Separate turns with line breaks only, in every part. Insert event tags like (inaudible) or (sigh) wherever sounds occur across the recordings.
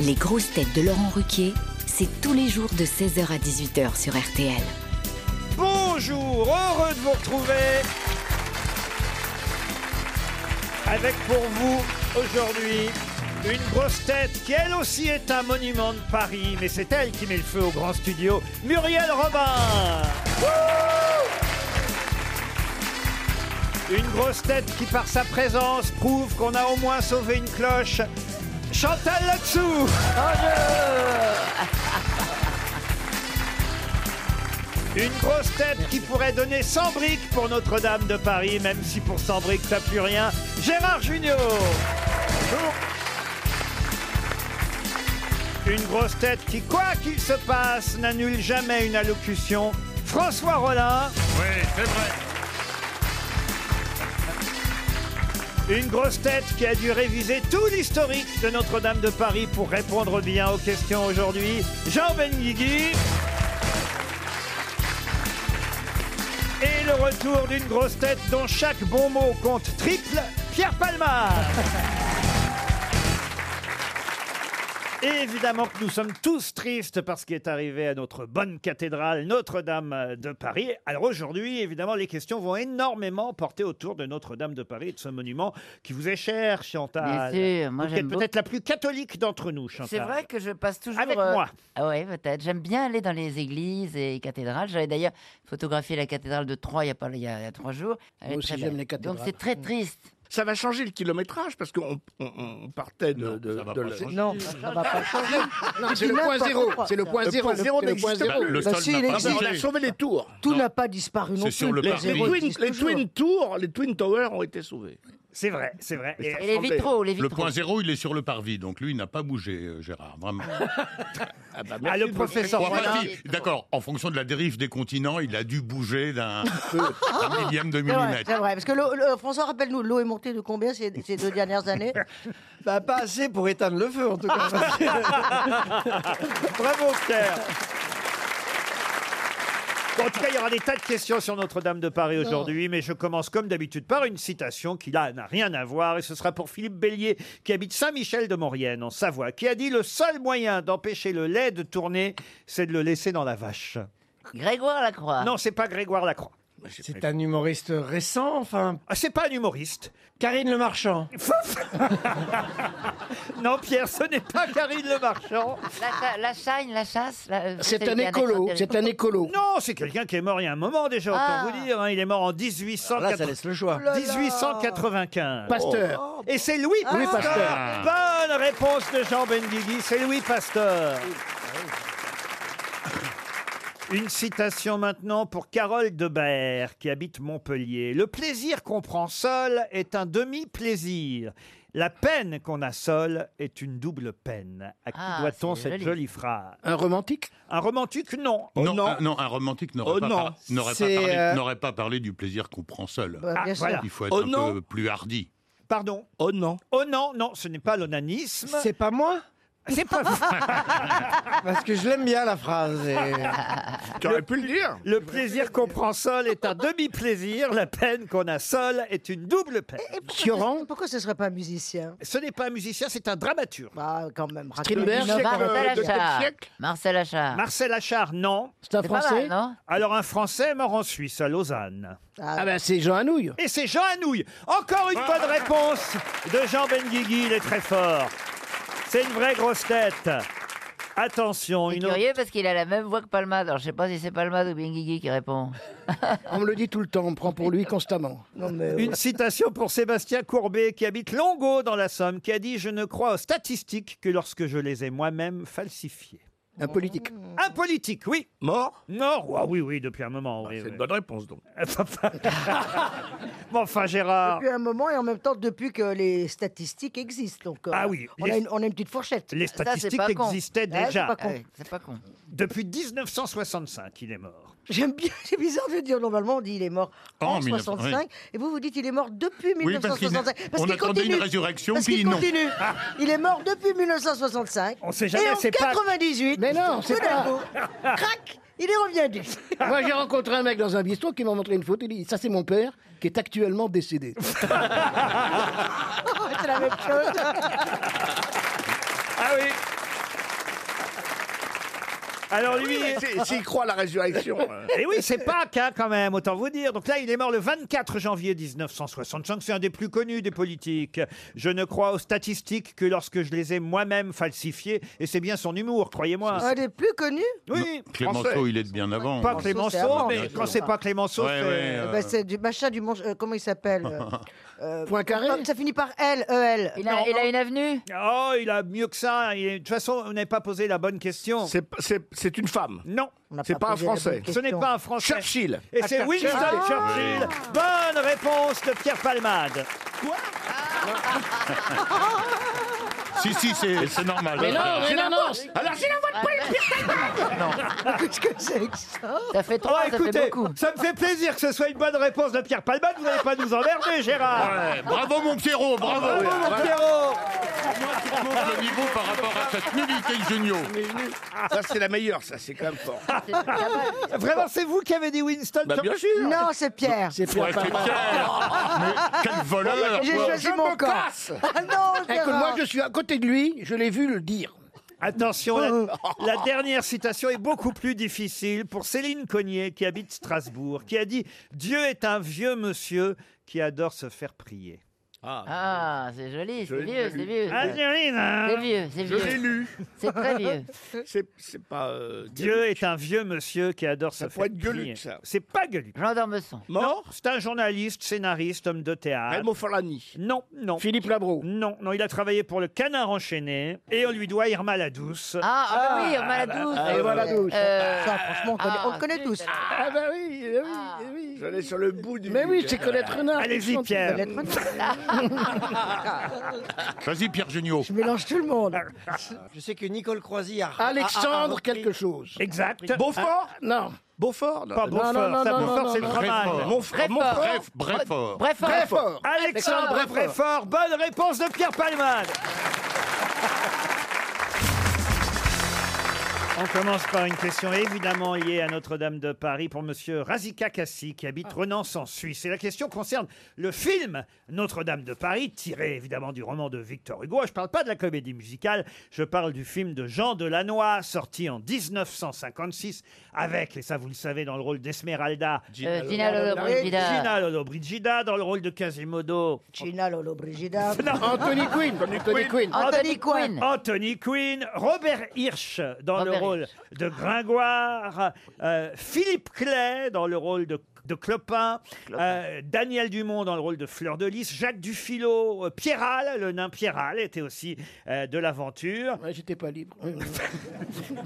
Les grosses têtes de Laurent Ruquier, c'est tous les jours de 16h à 18h sur RTL.
Bonjour, oh heureux de vous retrouver avec pour vous aujourd'hui une grosse tête qui elle aussi est un monument de Paris, mais c'est elle qui met le feu au grand studio, Muriel Robin. Une grosse tête qui par sa présence prouve qu'on a au moins sauvé une cloche, Chantal là-dessous. Une grosse tête qui pourrait donner 100 briques pour Notre-Dame de Paris, même si pour 100 briques t'as plus rien. Gérard Junior. Une grosse tête qui, quoi qu'il se passe, n'annule jamais une allocution. François Rollin.
Oui, c'est vrai.
Une grosse tête qui a dû réviser tout l'historique de Notre-Dame de Paris pour répondre bien aux questions aujourd'hui. Jean Benguigui. Et le retour d'une grosse tête dont chaque bon mot compte triple, Pierre Palma. Et évidemment que nous sommes tous tristes par ce qui est arrivé à notre bonne cathédrale Notre-Dame de Paris. Alors aujourd'hui, évidemment, les questions vont énormément porter autour de Notre-Dame de Paris et de ce monument qui vous est cher, Chantal.
Bien sûr, moi,
Vous qui êtes
j'aime
peut-être la plus catholique d'entre nous, Chantal.
C'est vrai que je passe toujours.
Avec
euh,
moi.
Ah ouais, peut-être. J'aime bien aller dans les églises et cathédrales. J'avais d'ailleurs photographié la cathédrale de Troyes il y a, pas, il y a- il y a trois jours. Elle est
aussi,
très
j'aime
belle.
les cathédrales.
Donc c'est très triste.
Ça va changer le kilométrage parce qu'on on- on partait de. de- de la-
Non, ça va
(laughs)
pas changer.
Non,
Tu
c'est
dis
le point
n'importe
zéro.
quoi.
C'est le point zéro.
zéro
C'est le point
n'existe
zéro.
pas.
Le
Bah
sol
si,
n'a
il
pas
existe.
changé. Il a sauvé les tours.
Tout n'a pas disparu non
C'est
plus.
sur le
Les
parvis.
zéros
Les twin-
existent
les
toujours.
twin tours, les twin towers ont été sauvés.
C'est vrai, c'est vrai.
Et
ça
Et les
ressemblait.
vitraux, les
Le
vitraux.
point zéro, il est sur le parvis, donc lui, il n'a pas bougé, euh, Gérard, vraiment.
Ah, bah,
Ah,
merci
le
de-
professeur
Bon,
Rollin.
après, si, D'accord, en fonction de la dérive des continents, il a dû bouger d'un
Euh, (laughs)
d'un millième de
C'est vrai,
millimètre.
c'est vrai, parce que le, le- François, rappelle-nous, l'eau est montée de combien ces, ces deux dernières années
Bah, pas assez pour éteindre le feu, en tout cas.
(laughs)
(laughs) Bravo, Pierre Bon, En tout cas, il y aura des tas de questions sur Notre-Dame de Paris aujourd'hui, mais je commence comme d'habitude par une citation qui là n'a rien à voir, et ce sera pour Philippe Bélier, qui habite Saint-Michel de Maurienne, en Savoie, qui a dit Le seul moyen d'empêcher le lait de tourner, c'est de le laisser dans la vache.
Grégoire Lacroix.
Non, c'est pas Grégoire Lacroix.
C'est un humoriste récent, enfin.
Ah, c'est pas un humoriste.
Karine Le
(laughs)
Marchand.
Non, Pierre, ce n'est pas Karine Le Marchand.
La, cha- la chaîne, la chasse. la-
C'est
celui
un
qui a
écolo.
accent
C'est un écolo.
Non, c'est quelqu'un qui est mort il y a un moment déjà, autant
Ah.
vous dire. hein. Il est mort en 1880.
Là, ça laisse le choix.
1895.
Pasteur.
Et c'est Louis Ah. Pasteur. Bonne réponse de Jean Benguigui, c'est Louis Pasteur. Une citation maintenant pour Carole Debert, qui habite Montpellier. Le plaisir qu'on prend seul est un demi-plaisir. La peine qu'on a seul est une double peine. À qui
Ah,
doit-on
c'est
cette
joli.
jolie phrase
Un romantique
Un romantique, Oh, non.
non,
non.
Un, non, un romantique n'aurait
Oh
pas,
non.
par- n'aurait pas
C'est,
parlé,
euh,
n'aurait pas parlé du plaisir qu'on prend seul.
Bah,
Ah,
bien sûr.
voilà.
Il faut être
Oh
un
non.
peu plus hardi.
Pardon
Oh non.
Oh non, non, ce n'est pas l'onanisme.
C'est pas moi
C'est pas vous.
(laughs) Parce que je l'aime bien, la phrase. et-
Tu aurais pu le dire.
Le plaisir qu'on prend seul est un demi-plaisir. La peine qu'on a seul est une double peine.
Sioran
(laughs) Pourquoi ce serait pas un musicien
Ce n'est pas un musicien, c'est un dramaturge.
Bah, quand même.
Strindberg,
tourné.
siècle, euh,
Marcel
de quel
Achard.
siècle
Marcel Achard.
Marcel Achard, non.
C'est un
C'est pas mal, non
Alors un Français mort en Suisse, à Lausanne.
Ah bah c'est Jean Anouilh.
Et c'est Jean Anouilh. Encore une bonne réponse de Jean Benguigui, il est très fort. C'est une vraie grosse tête. Attention,
C'est
une autre-
curieux parce qu'il a la même voix que Palmade. Alors je sais pas si c'est Palmade ou bien Guigui qui répond.
Ah. On me le dit tout le temps, on prend pour lui constamment.
Une (laughs) citation pour Sébastien Courbet qui habite Longo dans la Somme, qui a dit Je ne crois aux statistiques que lorsque je les ai moi-même falsifiées.
Un politique.
Un politique, oui.
Mort Ah,
Mort Ah oui, oui, depuis un moment. oui,
C'est
oui.
une bonne réponse
(laughs)
donc.
Bon, enfin, Gérard.
Depuis un moment et en même temps depuis que les statistiques existent. Donc, euh,
Ah oui,
On,
les-
a une, on a une petite fourchette.
Les
Ça, c'est
statistiques
pas con.
existaient
Ah,
déjà.
c'est pas con.
C'est pas con.
Depuis 1965, il est mort.
J'aime bien, (laughs) c'est bizarre de dire, normalement on dit il est mort
Oh,
en,
En 1900,
65 et vous vous dites il est mort depuis
Oui, parce qu'il-
1965.
on
qu'il
attendait une
continue.
résurrection,
parce
puis
qu'il
non.
continue.
(laughs)
Il est mort depuis 1965.
On sait jamais,
Et en
c'est pas-
98,
Mais non, c'est
tout d'un
pas-
(laughs)
coup, (laughs) crac, il est revenu.
Moi, j'ai rencontré un mec dans un bistrot qui m'a montré une photo. Il dit Ça, c'est mon père qui est actuellement décédé.
Oh, c'est la même chose.
Ah oui Alors lui.
C'est- S'il croit à la
(laughs)
résurrection. euh.
Et oui, c'est Pâques, hein, quand même, autant vous dire. Donc là, il est mort le 24 janvier 1965. C'est un des plus connus des politiques. Je ne crois aux statistiques que lorsque je les ai moi-même falsifiées. Et c'est bien son humour, croyez-moi.
Un des plus connus
Oui,
Clémenceau, il est de bien avant.
pas
Français, c'est
Clémenceau,
avant,
mais
bien
quand
sûr.
c'est pas Clémenceau,
Ouais, ouais,
c'est-
euh,
Eh ben, c'est du machin du mange. euh, comment il s'appelle
(laughs)
euh, euh,
Poincaré
Ça finit par L, EL.
Il a,
Non,
il a
non.
une avenue
Oh, il a mieux que ça. Il est- De toute façon, vous n'avez pas posé la bonne question.
C'est pas- C'est c'est une femme.
Non,
On n'a
c'est pas un
posé la bonne
Français.
ce n'est
question.
pas un Français.
Churchill.
Et c'est Winston
Ah.
Churchill. Bonne réponse de Pierre Palmade.
Si, si, c'est c'est normal.
Mais non, mais non, non
Ah,
Alors, c'est la voix de Paul
Ah.
Ah, Qu'est-ce que c'est que ça
Ça fait
Oh,
trois, ça
écoutez,
fait beaucoup.
ça me fait plaisir que ce soit une bonne réponse de Pierre Palmade. Vous n'allez pas nous emmerder, Gérard.
Ouais, bravo mon Pierrot, bravo.
Bravo, mon Pierrot.
Le niveau par rapport à cette nullité de Junio.
Ça, c'est la meilleure, ça, c'est quand même fort.
Ah,
C'est pas mal.
Vraiment, c'est vous qui avez dit Winston
Bah, bien
Churchill
sûr
Non, c'est Pierre.
C'est
Ouais, c'est Pierre.
(laughs)
Mais quel voleur.
J'ai
quoi.
choisi mon corps. (laughs) Ah non,
Écoute-moi,
Gérard.
je suis à côté de lui, je l'ai vu le dire.
Attention, la,
Oh.
la dernière citation est beaucoup plus difficile pour Céline Cognier, qui habite Strasbourg, qui a dit « Dieu est un vieux monsieur qui adore se faire prier
Ah, c'est joli, c'est vieux, c'est vieux. ».
Ah,
ça.
Céline, hein
C'est vieux, c'est
Je l'ai
vieux.
lu.
C'est très vieux.
(laughs) C'est c'est pas. euh,
Dieu est un vieux monsieur qui adore se
Ça
faire
pourrait être Gueuluc,
prier.
ça.
C'est pas Gueuluc.
Jean d'Ormesson.
Non,
Mort
c'est un journaliste, scénariste, homme de théâtre.
Raymond Forlani.
Non, non.
Philippe Labro.
Non, non, il a travaillé pour le Canard enchaîné et on lui doit Irma la douce. ah,
Ah, ah bah oui, Irma la douce.
Irma la douce.
Euh,
Ça, franchement, on connaît, on le connaît
ah,
tous. Ah.
zut.
Ah bah oui, eh oui, eh oui. Je l'ai sur le bout du. Mais oui, c'est connaître Renard.
Allez-y, Pierre.
Lettre de- (laughs)
Vas-y Pierre Junio.
Je mélange tout le monde.
Je sais que Nicole Croisière.
Alexandre quelque chose.
Exact.
Beaufort Non. Beaufort non.
Pas Beaufort, ça, Beaufort, c'est le fromage.
Bref,
Beaufort.
bref, bref. fort.
Bref,
Bref. Beaufort.
Alexandre
Alexandre Breffort.
Breffort, bonne réponse de Pierre Palman. On commence par une question évidemment liée à Notre-Dame de Paris pour Monsieur Razika Kassi qui habite Renance en Suisse. Et la question concerne le film Notre-Dame de Paris, tiré évidemment du roman de Victor Hugo. Je ne parle pas de la comédie musicale, je parle du film de Jean Delannoy sorti en 1956 avec, et ça vous le savez, dans le rôle d'Esmeralda,
Euh, Gina Lollobrigida.
Gina Lollobrigida dans le rôle de Quasimodo.
Gina Lolo Brigida.
Anthony Quinn. Anthony Quinn.
Anthony Quinn.
Anthony Quinn, Robert Hirsch dans le
Robert
rôle de Gringoire, euh, Philippe Clay dans le rôle de, de Clopin, euh, Daniel Dumont dans le rôle de Fleur de Lys, Jacques Dufilo, euh, Pierral, le nain Pierral était aussi euh, de l'aventure.
Ouais, J'étais pas libre.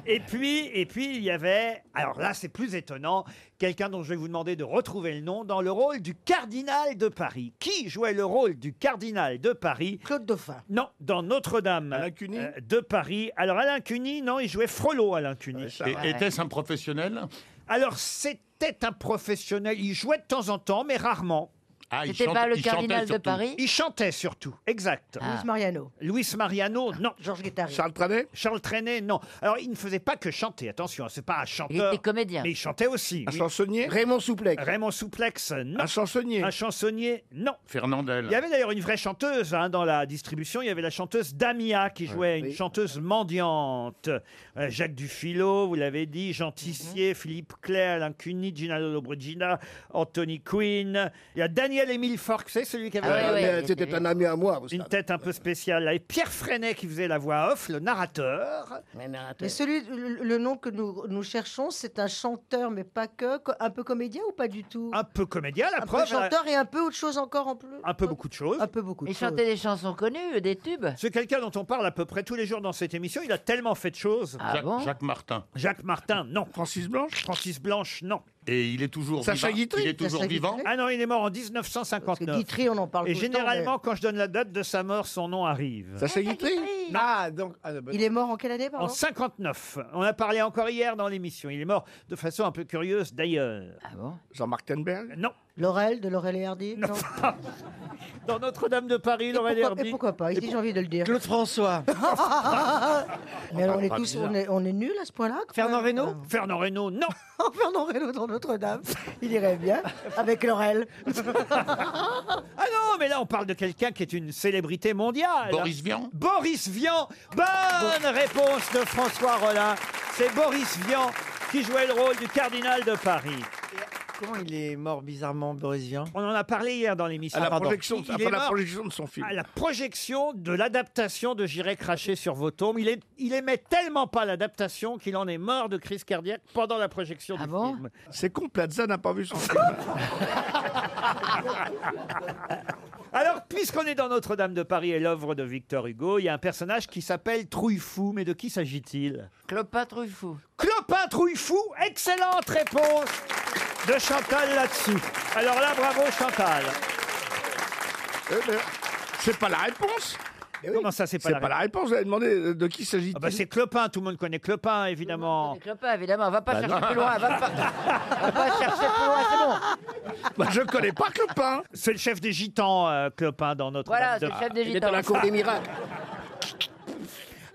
Et puis, et puis il y avait, alors là c'est plus étonnant, quelqu'un dont je vais vous demander de retrouver le nom dans le rôle du cardinal de Paris. Qui jouait le rôle du cardinal de Paris
Claude Dauphin.
Non, dans Notre-Dame
Alain Cuny
euh, de Paris. Alors Alain Cuny, non, il jouait Frollo Alain Cuny.
Et- Était-ce un professionnel
Alors c'était un professionnel, il jouait de temps en temps, mais rarement.
Ah, il
C'était
chante-
pas le
il chantait
cardinal de
surtout.
Paris
Il chantait surtout, exact.
Ah.
Luis Mariano.
Luis Mariano, non.
Georges Guettari.
Charles Trenet
Charles Trenet, non. Alors il ne faisait pas que chanter, attention, hein, c'est pas un
Il
chanteur.
était comédien.
Mais il chantait aussi.
Un chansonnier Raymond Souplex.
Raymond Souplex, non.
Un chansonnier.
Un chansonnier, non.
Fernandel.
Il y avait d'ailleurs une vraie chanteuse hein, dans la distribution. Il y avait la chanteuse Damia qui jouait une
oui.
chanteuse mendiante. Euh, Jacques Dufilo, vous l'avez dit,
Mhm.
Jean Tissier, Philippe Clay, Alain Cuny, Gina Lollobrigida, Anthony Quinn. Il y a Daniel Gabriel-Émile Fork, c'est celui qui avait...
Ah ouais, ouais, Mais c'était oui. un
ami à moi. Une tête un peu spéciale. là. Et Pierre Freinet qui faisait la voix off, le narrateur.
Mais celui, le, le nom que nous, nous cherchons, c'est un chanteur, mais pas que, co- un peu comédien ou pas du tout
Un peu comédien, Ah, la
Un peu
preuve. hein.
chanteur et un peu autre chose encore en plus.
Un peu beaucoup de choses. Un
peu beaucoup
Il chantait des chansons connues, euh, des tubes.
C'est quelqu'un dont on parle à peu près tous les jours dans cette émission. Il a tellement fait de choses.
Ah Jacques- bon
Jacques Martin.
Jacques Martin, non. Francis Blanche Francis Blanche, non.
Et il est toujours vivant. Il est toujours vivant.
Ah non, il est mort en 1959.
Guitry, on en parle
Et
tout le temps,
généralement, quand je donne la date de sa mort, son nom arrive.
Sacha Guitry
Ah, donc,
Il est mort en quelle année, pardon
En 59. On a parlé encore hier dans l'émission. Il est mort de façon un peu curieuse d'ailleurs. Ah bon Jean-Marc Tenberg Non. (laughs)
Laurel, de Laurel et Hardy Non.
Dans Notre-Dame de Paris,
Laurel
et
pourquoi,
Hardy.
Et pourquoi pas Ici, j'ai envie de le dire. Claude (laughs)
François.
Mais alors, on est
Ah,
tous,
bizarre.
on est, on est nuls à ce point-là. Fernand Reynaud
Fernand Reynaud, non
(laughs) Fernand Reynaud dans Notre-Dame, il irait bien, avec Laurel.
Ah non, mais là, on parle de quelqu'un qui est une célébrité mondiale.
Boris Vian
Boris Vian. Bonne réponse de François Rollin. C'est Boris Vian qui jouait le rôle du cardinal de Paris.
(laughs) Comment il est mort bizarrement, Boris Vian
On en a parlé hier dans l'émission. Ah,
À la
projection- après la projection
de son film. À la projection de l'adaptation de J'irai cracher sur vos tombes. Il, est, il aimait tellement pas l'adaptation qu'il en est mort de crise cardiaque pendant la projection du film. C'est con, Plaza n'a pas vu son film. (laughs) Alors, puisqu'on est dans Notre-Dame de Paris et l'œuvre de Victor Hugo, il y a un personnage qui s'appelle Trouillefou. Mais de qui s'agit-il
Clopin Trouillefou.
Clopin Trouillefou, excellente réponse de Chantal là-dessus. Alors là, bravo Chantal.
Eh ben, C'est pas la réponse
Comment ça, c'est pas la
réponse Vous avez demandé de qui s'agit-il
Ah bah, c'est Clopin, tout le monde connaît Clopin, évidemment.
Clopin, évidemment, va pas
Bah
chercher
non.
plus loin. Va pas, va pas chercher plus loin, c'est bon.
Bah, je connais pas Clopin. C'est le chef des Gitans, euh, Clopin, dans notre.
Voilà, c'est le chef des Gitans.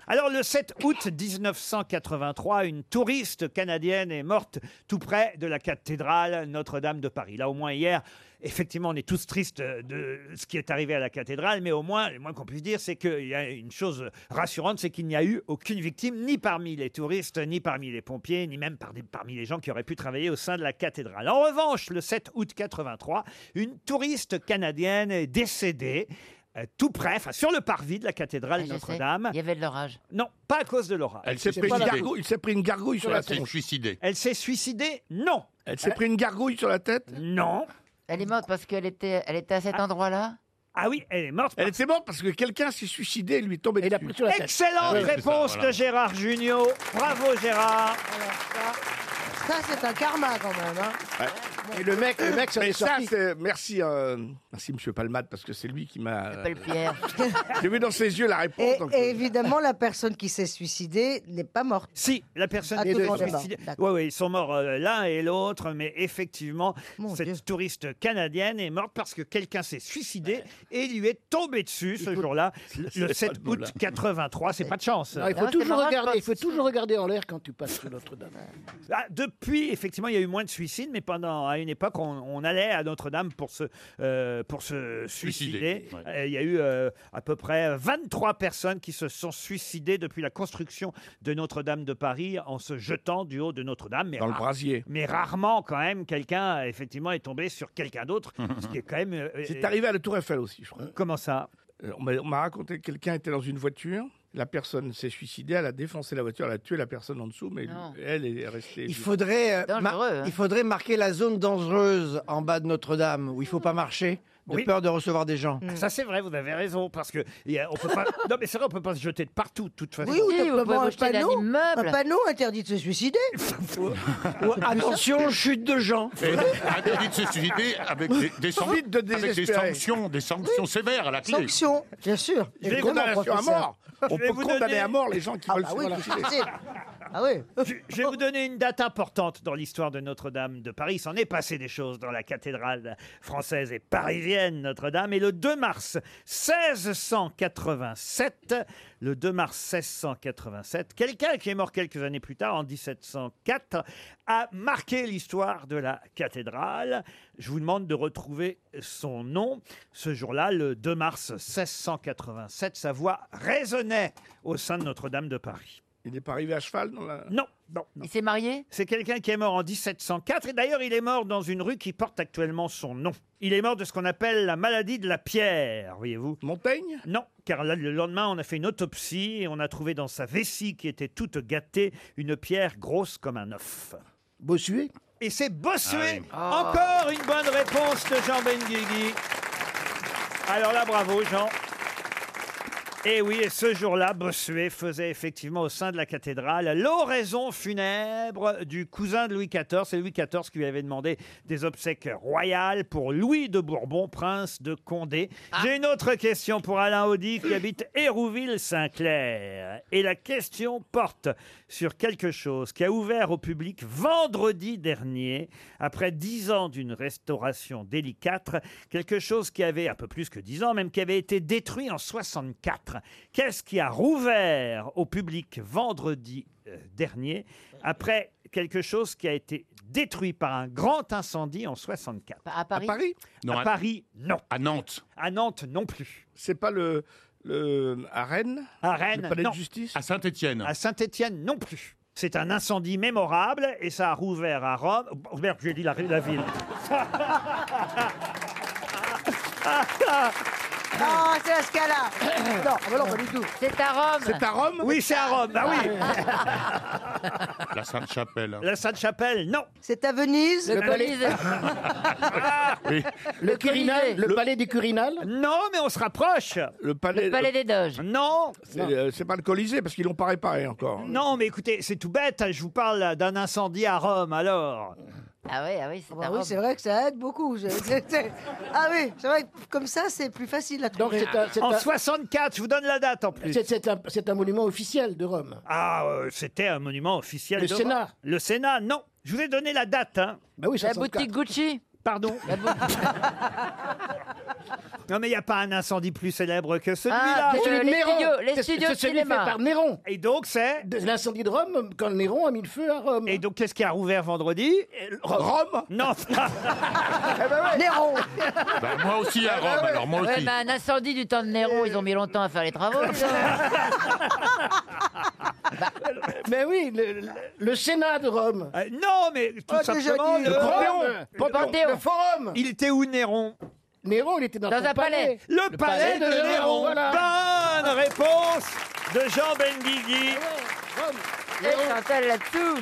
Alors, le 7 août 1983, une touriste canadienne est morte tout près de la cathédrale Notre-Dame de Paris. Là, au moins hier, effectivement, on est tous tristes de ce qui est arrivé à la cathédrale, mais au moins, le moins qu'on puisse dire, c'est qu'il y a une chose rassurante, c'est qu'il n'y a eu aucune victime, ni parmi les touristes, ni parmi les pompiers, ni même par- parmi les gens qui auraient pu travailler au sein de la cathédrale. En revanche, le 7 août 83, une touriste canadienne est décédée. euh, tout près, enfin, sur le parvis de la cathédrale Notre-Dame. Ah, Il y
avait de l'orage.
Non, pas à cause de l'orage.
Elle s'est C'est pris pas une la- gargouille- il
s'est pris une gargouille
Elle s'est suicidée.
Elle s'est suicidée Non.
Elle s'est pris une gargouille sur la tête
Non.
Elle est morte parce qu'elle était, elle était à cet endroit-là
Ah oui, elle est morte.
Elle était morte parce que quelqu'un s'est suicidé et lui est tombé dessus. Ah
Excellente réponse de Gérard Junior. Bravo Gérard.
Ça, c'est un karma quand même. hein.
Et le mec,
le mec, ça
Mais
l'est
ça,
sorti.
c'est- merci, euh, merci Monsieur Palmade, parce que c'est lui qui m'a. euh,
Pierre.
(laughs) J'ai vu dans ses yeux la réponse.
Et,
Oh, donc,
et évidemment, la personne qui s'est suicidée n'est pas morte.
Si, la personne
Ah,
qui
tout le
s'est
monde est mort.
suicidée.
D'accord.
Oui, oui, ils sont morts euh, l'un et l'autre, mais effectivement, cette touriste canadienne est morte parce que quelqu'un s'est suicidé et lui est tombé dessus ce jour-là, le-
c'est
le
pas
7
de
août
bol, hein.
83. C'est pas de chance.
Non, il faut toujours regarder, il faut toujours regarder en l'air quand tu passes sur Notre-Dame.
Ah, depuis, effectivement, il y a eu moins de suicides, mais pendant à une époque, on, on allait à Notre-Dame pour se, euh, pour se suicider.
Suicider,
Euh, Il y a eu euh, à peu près 23 personnes qui se sont suicidées depuis la construction de Notre-Dame de Paris en se jetant du haut de Notre-Dame. mais
Dans le
rare-
brasier.
Mais rarement, quand même, quelqu'un, effectivement, est tombé sur quelqu'un d'autre, ce qui est quand même... euh,
C'est
euh,
arrivé à la Tour Eiffel aussi, je crois. Euh,
Comment ça
On m'a on m'a raconté que quelqu'un était dans une voiture, la personne s'est suicidée, elle a défoncé la voiture, elle a tué la personne en dessous, mais
Non.
elle est restée.
Il faudrait, euh, mar- il faudrait marquer la zone dangereuse en bas de Notre-Dame où il faut pas marcher de
Oui.
peur de recevoir des gens.
Mm.
Ça c'est vrai, vous avez raison parce que il y a- on peut pas. Non mais c'est vrai, on peut pas se jeter de partout, de toute façon.
Oui, ou t'as vraiment un
jeter d'un
panneau,
immeuble.
un panneau interdit de se
(laughs)
suicider.
attention, chute de gens.
Et interdit de se suicider avec des, des san-
Suicide de
avec des
désespéré.
sanctions, des sanctions sévères à la clé.
Sanction, bien sûr.
Je vais
Évidemment,
condamnation à
professeur.
mort. On
Je vais
peut
vous
condamner
donner-
à mort les gens qui
Ah
veulent
bah
se
oui,
voilà.
c'est facile. Ah oui.
(laughs) Je, je vais vous donner une date importante dans l'histoire de Notre-Dame de Paris. Il s'en est passé des choses dans la cathédrale française et parisienne Notre-Dame. Et le 2 mars 1687, le 2 mars 1687, quelqu'un qui est mort quelques années plus tard, en 1704, a marqué l'histoire de la cathédrale. Je vous demande de retrouver son nom. Ce jour-là, le 2 mars 1687, sa voix résonnait au sein de Notre-Dame de Paris.
Il n'est pas arrivé à cheval dans la...
Non, non. Il s'est marié C'est quelqu'un qui est mort en 1704 et d'ailleurs il est mort dans une rue qui porte actuellement son nom. Il est mort de ce qu'on appelle la maladie de la pierre, voyez-vous. Montaigne Non, car là, le lendemain on a fait une autopsie et on a trouvé dans sa vessie qui était toute gâtée une pierre grosse comme un œuf. Bossuet Et c'est Bossuet
Ah oui.
Encore une bonne réponse de Jean Benguigui. Alors là, bravo Jean. Et oui, et ce jour-là, Bossuet faisait effectivement au sein de la cathédrale l'oraison funèbre du cousin de Louis XIV. C'est Louis XIV qui lui avait demandé des obsèques royales pour Louis de Bourbon, prince de Condé. J'ai une autre question pour Alain Audi qui habite Hérouville-Saint-Clair. Et la question porte sur quelque chose qui a ouvert au public vendredi dernier, après dix ans d'une restauration délicate, quelque chose qui avait, un peu plus que dix ans même, qui avait été détruit en 64. Qu'est-ce qui a rouvert au public vendredi euh, dernier, après quelque chose qui a été détruit par un grand incendie en 64 À
Paris À Paris
non,
Non,
à,
à-
Paris, non.
À Nantes
À Nantes, non plus.
C'est pas le, le... À Rennes
À Rennes,
Le palais
non.
de justice
À Saint-Étienne.
À Saint-Étienne non plus. C'est un incendie mémorable et ça a rouvert à Rome. Oh, Merde, j'ai dit la, la ville.
Ah,
Non, c'est la Scala. non, ah bah non, pas du tout.
C'est à Rome.
Oui, c'est à Rome.
(laughs)
Ah oui.
La Sainte-Chapelle.
La Sainte-Chapelle, non.
C'est à Venise.
Le (laughs) Colisée.
Le Quirinal, le palais du Quirinal
Non, mais on se rapproche.
Le palais,
des Doges.
Non.
C'est euh, c'est pas le Colisée parce qu'ils l'ont pas réparé encore.
Non, mais écoutez, c'est tout bête. hein, Je vous parle d'un incendie à Rome, alors.
Ah oui, ah oui, c'est
Ah oui, c'est vrai que ça aide beaucoup. Je- c'est- c'est- Ah oui, c'est vrai que comme ça, c'est plus facile à trouver.
c'est un- c'est
En
un-
64, je vous donne la date en plus.
C'est- C'est un, c'est un monument officiel de Rome.
Ah, euh, c'était un monument officiel.
Le
de-
Sénat. Bah
Le Sénat, non. Je vous ai donné la date. Hein.
oui,
La 64. boutique Gucci.
Pardon. (laughs) non, mais il n'y a pas un incendie plus célèbre que celui-là.
Ah, c'est celui de Néron. C'est- c'est
de
celui fait par Néron.
Et donc c'est
L'incendie de Rome quand Néron a mis le feu à Rome. Euh,
Et donc qu'est-ce qui a rouvert vendredi
Rome (laughs)
Non.
Néron.
Bah, moi aussi
Ah
à Rome, alors moi
Eh ben Ouais,
aussi.
bah.
mais un incendie du temps de Néron, ils ont mis longtemps à faire les travaux. les gens.
Mais oui, le, le- le Sénat de Rome.
Euh, non, mais tout
Oh, déjà
simplement,
dit.
le-
le
Panthéon.
Panthéon.
Le Panthéon.
Le Forum.
Il était où Néron
Néron, il était dans,
Dans
son
un palais.
Le, palais, de Néron.
voilà.
Bonne réponse de Jean Benguigui.
Et Chantal là-dessous.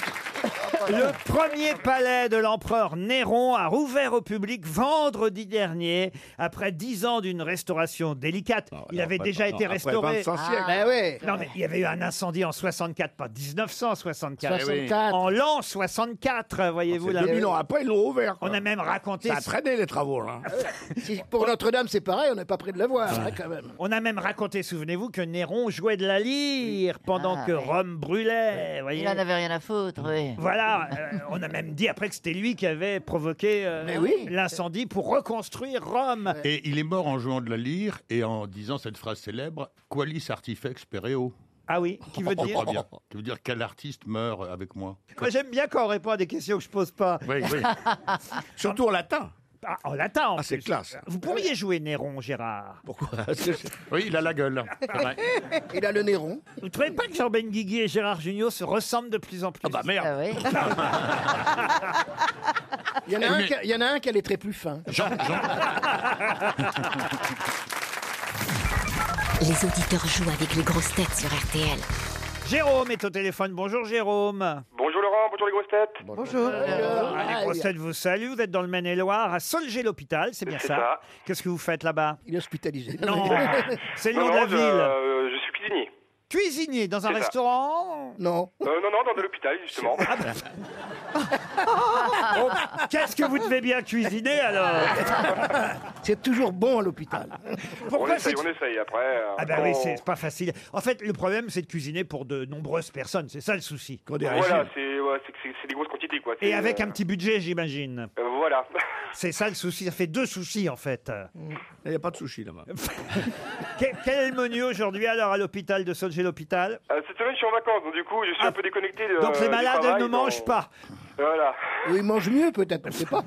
Le premier palais de l'empereur Néron a rouvert au public vendredi dernier, après dix ans d'une restauration délicate. il avait
après-
déjà
non,
été
après
restauré.
25 siècles.
Ah. Ben ouais.
Non, mais il y avait eu un incendie en 64, pas 1964.
64.
En l'an 64, voyez-vous.
C'est
là.
2000 ans après, ils l'ont rouvert. quoi.
On a même raconté.
Ça a traîné les travaux, là. hein.
(laughs)
Si- pour Notre-Dame, c'est pareil, on n'est pas près de la voir, hein, quand même.
On a même raconté, souvenez-vous, que Néron jouait de la lyre pendant
Ah,
que
ouais.
Rome brûlait. voyez.
Il en avait rien à foutre, oui.
Voilà, euh, on a même dit après que c'était lui qui avait provoqué euh, l'incendie pour reconstruire Rome.
Et il est mort en jouant de la lyre et en disant cette phrase célèbre Qualis artifex pereo.
Ah oui, qui veut dire
Oh, bien. Qui veut dire quel artiste meurt avec
(laughs)
moi
Moi j'aime bien quand on répond à des questions que je pose pas.
Oui,
(laughs)
oui.
Surtout en latin.
Ah, en latin. En
Ah, c'est
plus.
classe.
Vous pourriez jouer Néron, Gérard.
Pourquoi (laughs)
Oui, il a la gueule.
Ah Il a le Néron.
Vous trouvez pas que Jean Benguigui et Gérard Junior se ressemblent de plus en plus Ah bah
merde.
(laughs)
Ah oui.
Il y en a, un,
Mais-
qui a- il y en a un qui a les traits plus fins.
(laughs)
Les auditeurs jouent avec les grosses têtes sur RTL.
Jérôme est au téléphone. Bonjour Jérôme.
Bonjour Laurent, bonjour les grosses têtes.
Bonjour.
Ah, les grosses têtes vous saluent. Vous êtes dans le Maine-et-Loire, à Solgé l'hôpital, c'est bien
C'est
ça.
ça.
Qu'est-ce que vous faites là-bas
Il est hospitalisé. (laughs)
Non, c'est le
Non,
nom de
non,
la
je,
ville.
euh, je suis cuisinier.
(laughs) Cuisinier dans un
C'est ça.
restaurant Ah,
Non.
Euh, non, non, dans de l'hôpital, justement.
(laughs) Oh, Qu'est-ce que vous devez bien cuisiner alors
(laughs) C'est toujours bon à l'hôpital.
on
Pourquoi
essaye,
c'est-
on essaye. Après, euh,
Ah bah
on-
oui, c'est pas facile. En fait, le problème, c'est de cuisiner pour de nombreuses personnes. C'est ça le souci.
Voilà, c'est ouais, c'est que c'est- c'est des grosses quantités, quoi.
Et
C'est,
avec
euh,
un petit budget, j'imagine.
euh, voilà. (laughs)
C'est ça le souci. Ça fait deux soucis, en fait.
Il n'y a pas de sushi là-bas.
(laughs) Que- quel est le menu aujourd'hui, alors, à l'hôpital de Solgé l'hôpital
Ah, Euh, cette semaine, je suis en vacances, donc du coup, je suis un peu déconnecté. de-
Ah, Donc les
du
malades
travail,
ne mangent
donc-
pas.
Voilà.
Ou ils mangent mieux, peut-être, on ne sait pas.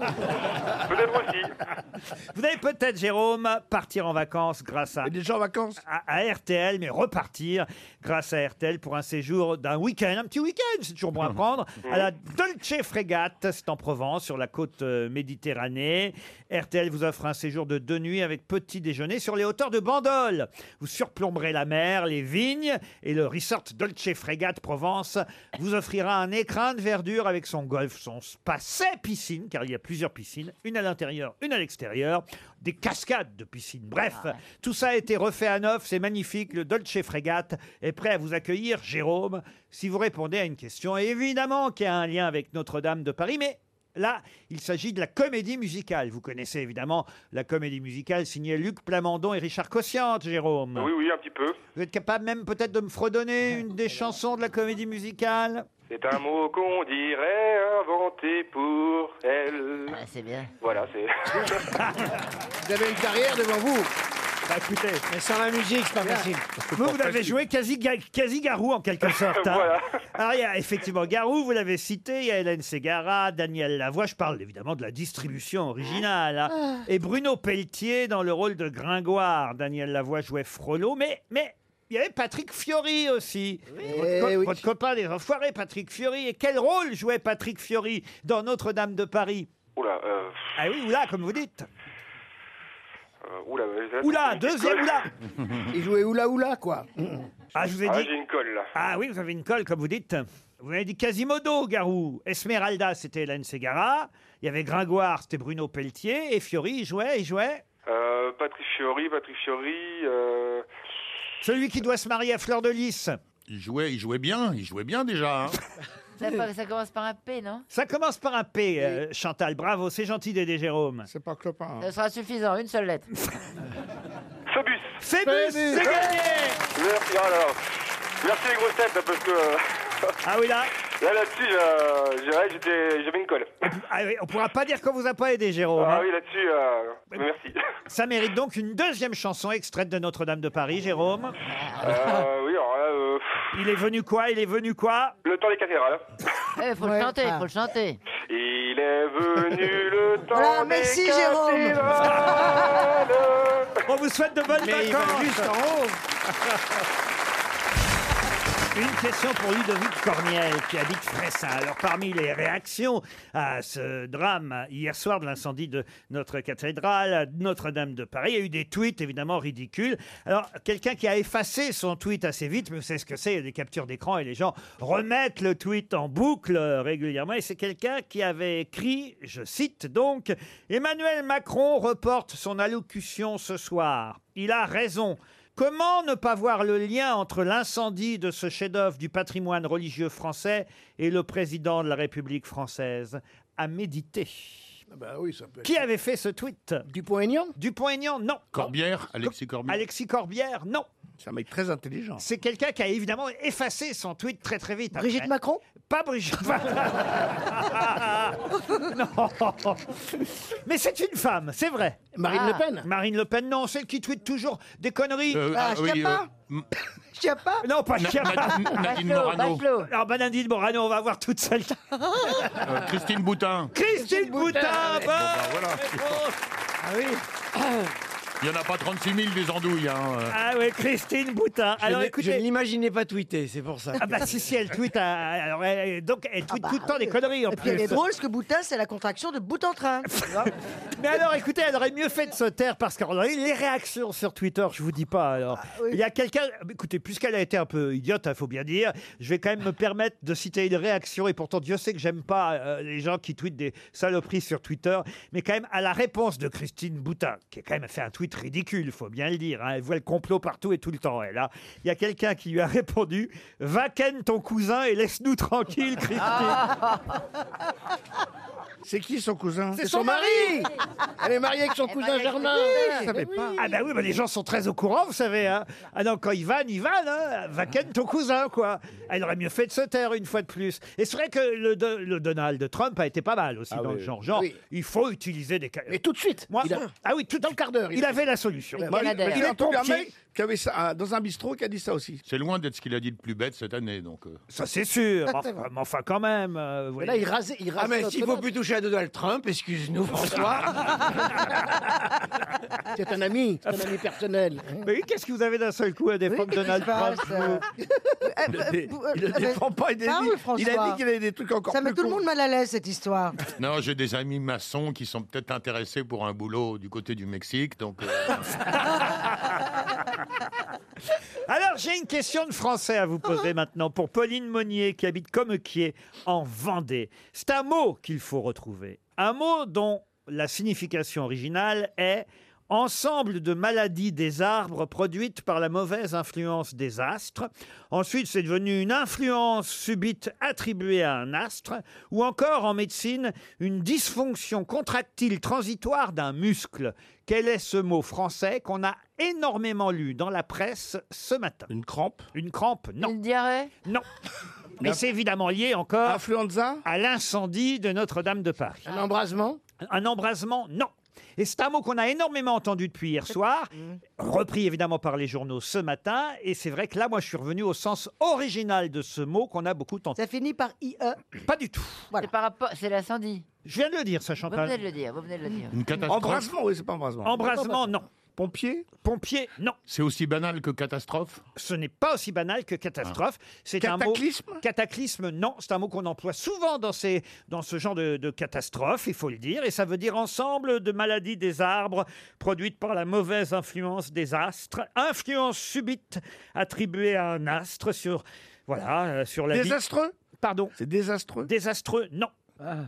Vous allez peut-être, Jérôme, partir en vacances grâce à.
déjà en vacances
à, à RTL, mais repartir grâce à RTL pour un séjour d'un week-end, un petit week-end, c'est toujours bon à prendre, à la Dolce Frégate, c'est en Provence, sur la côte euh, Méditerranée. RTL vous offre un séjour de deux nuits avec petit déjeuner sur les hauteurs de Bandol. Vous surplomberez la mer, les vignes et le resort Dolce Frégate Provence vous offrira un écrin de verdure avec son golf, son spa, ses piscines, car il y a plusieurs piscines, une à l'intérieur, une à l'extérieur, des cascades de piscines. Bref, tout ça a été refait à neuf, c'est magnifique. Le Dolce Frégate est prêt à vous accueillir, Jérôme, si vous répondez à une question. Et évidemment qu'il y a un lien avec Notre-Dame de Paris, mais Là, il s'agit de la comédie musicale. Vous connaissez évidemment la comédie musicale signée Luc Plamondon et Richard Cossiante, Jérôme.
Oui, oui, un petit peu.
Vous êtes capable même peut-être de me fredonner une des chansons de la comédie musicale
C'est un mot qu'on dirait inventé pour elle.
Ah, c'est bien.
Voilà, c'est. (laughs)
Vous avez une carrière devant vous.
Bah écoutez.
Mais sans la musique, c'est pas facile.
Vous, vous avez joué quasi, ga- quasi Garou en (laughs) quelque sorte. hein.
Voilà.
Alors, il y a effectivement Garou, vous l'avez cité, il y a Hélène Ségara, Daniel Lavoie, je parle évidemment de la distribution originale, hein.
Ah.
et Bruno Pelletier dans le rôle de Gringoire. Daniel Lavoie jouait Frollo, mais. mais il y avait Patrick Fiori aussi.
Eh
Votre, co- votre copain des enfoirés, Patrick Fiori. Et quel rôle jouait Patrick Fiori dans Notre-Dame de Paris
Oula, euh,
Ah oui, oula, comme vous dites.
euh, oula, euh,
Oula,
j'ai une petite
deuxième
colle.
oula.
(laughs)
Ils jouaient oula oula, quoi.
Ah, je vous ai
Ah,
dit.
j'ai une colle là.
Ah oui, vous avez une colle, comme vous dites. Vous m'avez dit Quasimodo, Garou. Esmeralda, c'était Hélène Ségara. Il y avait Gringoire, c'était Bruno Pelletier. Et Fiori, il jouait, il jouait.
Euh, Patrick Fiori, Patrick Fiori. Euh...
Celui qui doit se marier à Fleur de Lys.
Il jouait, il jouait bien, il jouait bien déjà. hein.
Ça, pa- ça commence par un P, non
(laughs) Ça commence par un P, euh, Chantal. Bravo, c'est gentil d'aider Jérôme.
C'est pas clopin. hein.
Ça sera suffisant, une seule lettre.
Phébus
Phébus, c'est gagné
Merci, alors. Merci les grosses têtes, là, parce que. euh,
Ah oui, là.
(laughs) Là, là-dessus, euh, je dirais que j'étais- j'avais une colle.
Ah oui, on pourra pas dire qu'on vous a pas aidé, Jérôme.
Ah
hein.
oui, là-dessus, euh,
(laughs)
merci.
Ça mérite donc une deuxième chanson extraite de Notre-Dame de Paris, Jérôme.
Euh, oui, alors là, euh,
Il est venu quoi Il est venu quoi
le temps des cathédrales.
Eh, faut le chanter, faut le chanter.
Il est venu le temps
Voilà,
des
merci,
cathédrales.
(laughs) On vous souhaite de bonnes
Mais il va
vacances.
juste
Une question pour Ludovic Corniel qui habite Fressin. Alors parmi les réactions à ce drame hier soir de l'incendie de notre cathédrale Notre-Dame de Paris, il y a eu des tweets évidemment ridicules. Alors quelqu'un qui a effacé son tweet assez vite, mais vous savez ce que c'est, il y a des captures d'écran et les gens remettent le tweet en boucle euh, régulièrement. Et c'est quelqu'un qui avait écrit, je cite donc, Emmanuel Macron reporte son allocution ce soir. Il a raison. Comment ne pas voir le lien entre l'incendie de ce chef-d'œuvre du patrimoine religieux français et le président de la République française À méditer.
Bah oui, ça peut être.
Qui avait fait ce tweet
Dupont-Aignan
Dupont-Aignan, non.
Corbière, Alexis Corbière.
Alexis Corbière, non.
C'est un mec très intelligent.
C'est quelqu'un qui a évidemment effacé son tweet très très vite.
Brigitte Macron
Pas Brigitte (laughs) non. Mais c'est une femme, c'est vrai.
Marine Ah. Le Pen
Marine Le Pen, non, celle qui tweete toujours des conneries.
Euh, Ah, ah, oui, Schiappa
Schiappa
Non, pas
Na-
Schiappa.
Nadine- Nadine Bachelot, Morano. Bachelot.
Alors, bah, Nadine Morano, on va voir toutes
(laughs)
celles
Euh, Christine Boutin.
Christine Boutin,
Bon,
bonne
bah, voilà.
réponse. Ah oui.
Il n'y en a pas 36 000 des andouilles. hein.
(coughs) Ah oui, Christine Boutin.
Je
Ah, Alors
ne-
écoutez.
je ne l'imaginais pas tweeter, c'est pour ça.
Ah bah si, si, elle tweet. à- alors, elle- donc, elle tweet tout le temps des conneries en
Ah, Bah Et puis
plus.
elle est drôle, parce que Boutin, c'est la contraction de bout en train. tu
(laughs)
vois.
Mais alors, écoutez, elle aurait mieux fait de se taire parce qu'on a eu les réactions sur Twitter, je vous dis pas. Alors, il y a quelqu'un. Écoutez, puisqu'elle a été un peu idiote, il faut bien dire, je vais quand même me permettre de citer une réaction. Et pourtant, Dieu sait que j'aime pas euh, les gens qui tweetent des saloperies sur Twitter. Mais quand même, à la réponse de Christine Boutin, qui a quand même fait un tweet ridicule, faut bien le dire. hein, elle voit le complot partout et tout le temps. Elle, hein. il y a quelqu'un qui lui a (laughs) répondu Va ken ton cousin et laisse-nous tranquille, Christine.
C'est qui son cousin
C'est son mari Eh ben, Elle est mariée avec son cousin Germain
Je savais pas.
Ah bah oui, bah les gens sont très au courant, vous savez. Hein. Ah non, quand ils vannent, ils vannent. Hein. Va ken ton cousin, quoi. Elle aurait mieux fait de se taire une fois de plus. Et c'est vrai que le, Do- le Donald Trump a été pas mal aussi
Ah
dans
oui.
le genre. Genre,
Oui.
il faut utiliser des... Mais
tout de suite
Moi,
Il a-
Ah oui, tout
dans le quart d'heure.
Il avait la solution.
Le
Moi,
Canadair.
Il est
J'ai entendu un
pompier.
mec
qui avait ça,
euh,
ah, dans un bistrot qui a dit ça aussi.
C'est loin d'être ce qu'il a dit de plus bête cette année, donc. euh.
Ça, c'est sûr.
Ça, c'est
enfin,
vrai.
mais enfin, quand même. euh, vous
Mais
voyez.
là, il rasait- il rasait
Ah, mais s'il faut
Notre-Dame.
plus toucher à Donald Trump,
(laughs)
excuse-nous, François.
Euh, C'est un ami, c'est un ami personnel.
Mais oui, qu'est-ce que vous avez d'un seul coup à défendre Donald Trump
euh,
Il
vous le dé- il le
défend pas, il a dit- il a dit qu'il avait des trucs encore
Ça met
plus
tout le
cons.
monde mal à l'aise, cette histoire.
Bah
Non, j'ai des amis maçons qui sont peut-être intéressés pour un boulot du côté du Mexique, donc. euh,
Alors, j'ai une question de français à vous poser maintenant pour Pauline Monnier qui habite Commequier en Vendée. C'est un mot qu'il faut retrouver. Un mot dont la signification originale est ensemble de maladies des arbres produites par la mauvaise influence des astres. Ensuite, c'est devenu une influence subite attribuée à un astre ou encore en médecine une dysfonction contractile transitoire d'un muscle. Quel est ce mot français qu'on a énormément lu dans la presse ce matin.
Une crampe
Une crampe, non. Une
diarrhée
Non. Mais c'est évidemment lié encore à l'incendie de Notre-Dame de Paris. Un embrasement Un embrasement, non. Et c'est un mot qu'on a énormément entendu depuis hier soir,
Mm.
repris évidemment par les journaux ce matin. Et c'est vrai que là, moi, je suis revenu au sens original de ce mot qu'on a beaucoup tenté.
Ça finit par IE
E.
Pas du tout.
C'est par rapport, c'est l'incendie.
Je viens de le dire, ça,
Vous
Chantal.
venez de le dire, vous venez de le dire.
Une catastrophe.
Embrasement, oui, c'est pas embrasement.
Embrasement, non.
Pompier
Pompier, non.
C'est aussi banal que catastrophe Ah.
Ce n'est pas aussi banal que catastrophe. C'est un mot. Cataclysme Cataclysme, non. C'est un mot qu'on emploie souvent dans, ces, dans ce genre de, de catastrophe, il faut le dire. Et ça veut dire ensemble de maladies des arbres produites par la mauvaise influence des astres. Influence subite attribuée à un astre sur. Voilà, euh, sur la vie-
Désastreux
Pardon
C'est désastreux Ah.
Désastreux, non.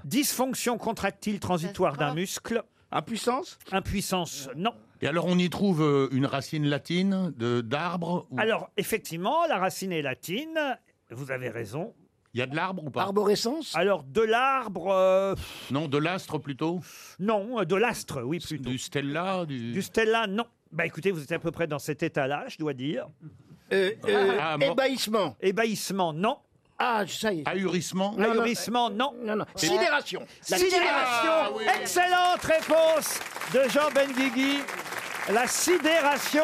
Dysfonction contractile transitoire d'un muscle.
Impuissance
Impuissance, non.
Et alors, on y trouve euh, une racine latine de- d'arbre ou-
Alors, effectivement, la racine est latine. Vous avez raison.
Il y a de l'arbre ou pas
Arborescence Alors, de l'arbre. euh,
Non, de l'astre plutôt
Non, euh, de l'astre, oui, plutôt.
Du stella Du,
Du stella, non. Bah écoutez, vous êtes à peu près dans cet état-là, je dois dire.
euh, Ah, mort.
ébahissement. Ébahissement, non. Ah, ça y est.
Ahurissement
Non, non,
Ahurissement, non.
Sidération.
La sidération
Ah, oui.
Excellente réponse de Jean Benguigui. La sidération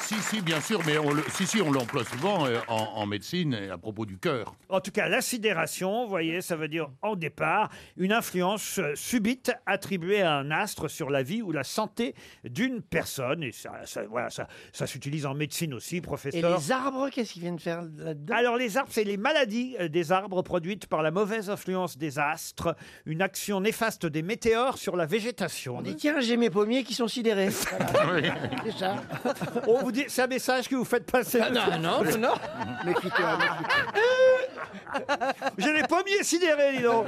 Si, si, bien sûr, mais on le- si, si, on l'emploie souvent euh, en, en médecine et à propos du cœur.
En tout cas, la sidération, vous voyez, ça veut dire en départ une influence euh, subite attribuée à un astre sur la vie ou la santé d'une personne. Et ça, ça, voilà, ça, ça s'utilise en médecine aussi,
Et
professeur.
les arbres, qu'est-ce qu'ils viennent faire là-dedans
Alors les arbres, c'est les maladies euh, des arbres produites par la mauvaise influence des astres, une action néfaste des météores sur la végétation. On
dit tiens, j'ai mes pommiers qui sont sidérés.
C'est ça.
vous dit, c'est un message que vous faites passer.
Ah non, non, non, Ah, non. Méfie-toi,
J'ai les pommiers sidérés, dis donc.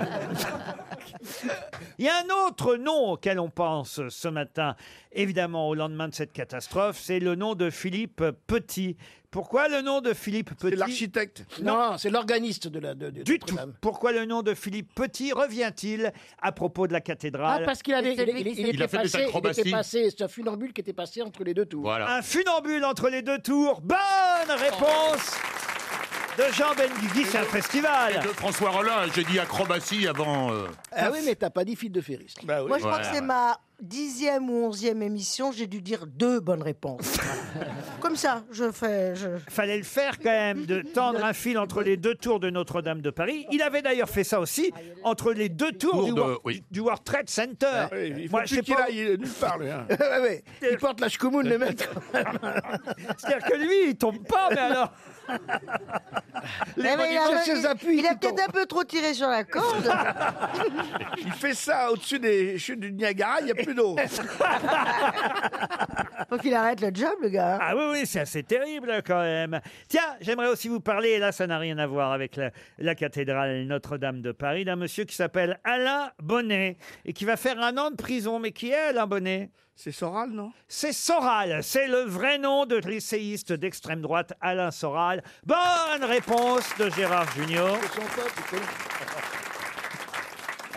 Il y a un autre nom auquel on pense ce matin, évidemment au lendemain de cette catastrophe, c'est le nom de Philippe Petit. Pourquoi le nom de Philippe Petit C'est
l'architecte.
Non, c'est l'organiste de la. du tout. Pourquoi le nom de Philippe Petit revient-il à propos de la cathédrale
Ah, parce qu'il avait, il, il- il était passé, il était passé, c'est un funambule qui était passé entre les deux tours. Ah,
Un funambule entre les deux tours. Bonne réponse de Jean Benguigui. C'est un
Et
festival.
de François Rollin, j'ai dit acrobatie avant. euh,
Ah oui, mais t'as pas dit fil de ferris.
Bah,
Bah
Moi, je crois
Ouais,
que c'est
ouais.
ma dixième ou onzième émission. J'ai dû dire deux bonnes
(laughs)
réponses. Comme ça, je fais. Je...
Fallait le faire quand même, de tendre un fil entre les deux tours de Notre-Dame de Paris. Il avait d'ailleurs fait ça aussi, entre les deux tours
Tour
du,
de-
World,
oui.
du World Trade Center.
Ouais, Ah il faut
Moi,
plus
je sais
qu'il
pas-
aille nulle part,
(laughs)
lui. hein.
Il porte la choucoumoune, le maître.
C'est-à-dire que lui, il tombe pas, mais alors...
Eh ben, il a,
monuments
il-
sans appui,
il a peut-être un peu trop tiré sur la
(laughs)
corde.
Il fait ça au-dessus des chutes du Niagara, il n'y a
(laughs)
plus d'eau.
Faut qu'il arrête le job, le gars.
Ah oui, oui, c'est assez terrible quand même. Tiens, j'aimerais aussi vous parler, et là ça n'a rien à voir avec la, la cathédrale Notre-Dame de Paris, d'un monsieur qui s'appelle Alain Bonnet et qui va faire un an de prison. Mais qui est Alain Bonnet
C'est Soral, non
C'est Soral, c'est le vrai nom de l'essayiste d'extrême droite Alain Soral. Bonne réponse de Gérard Junior.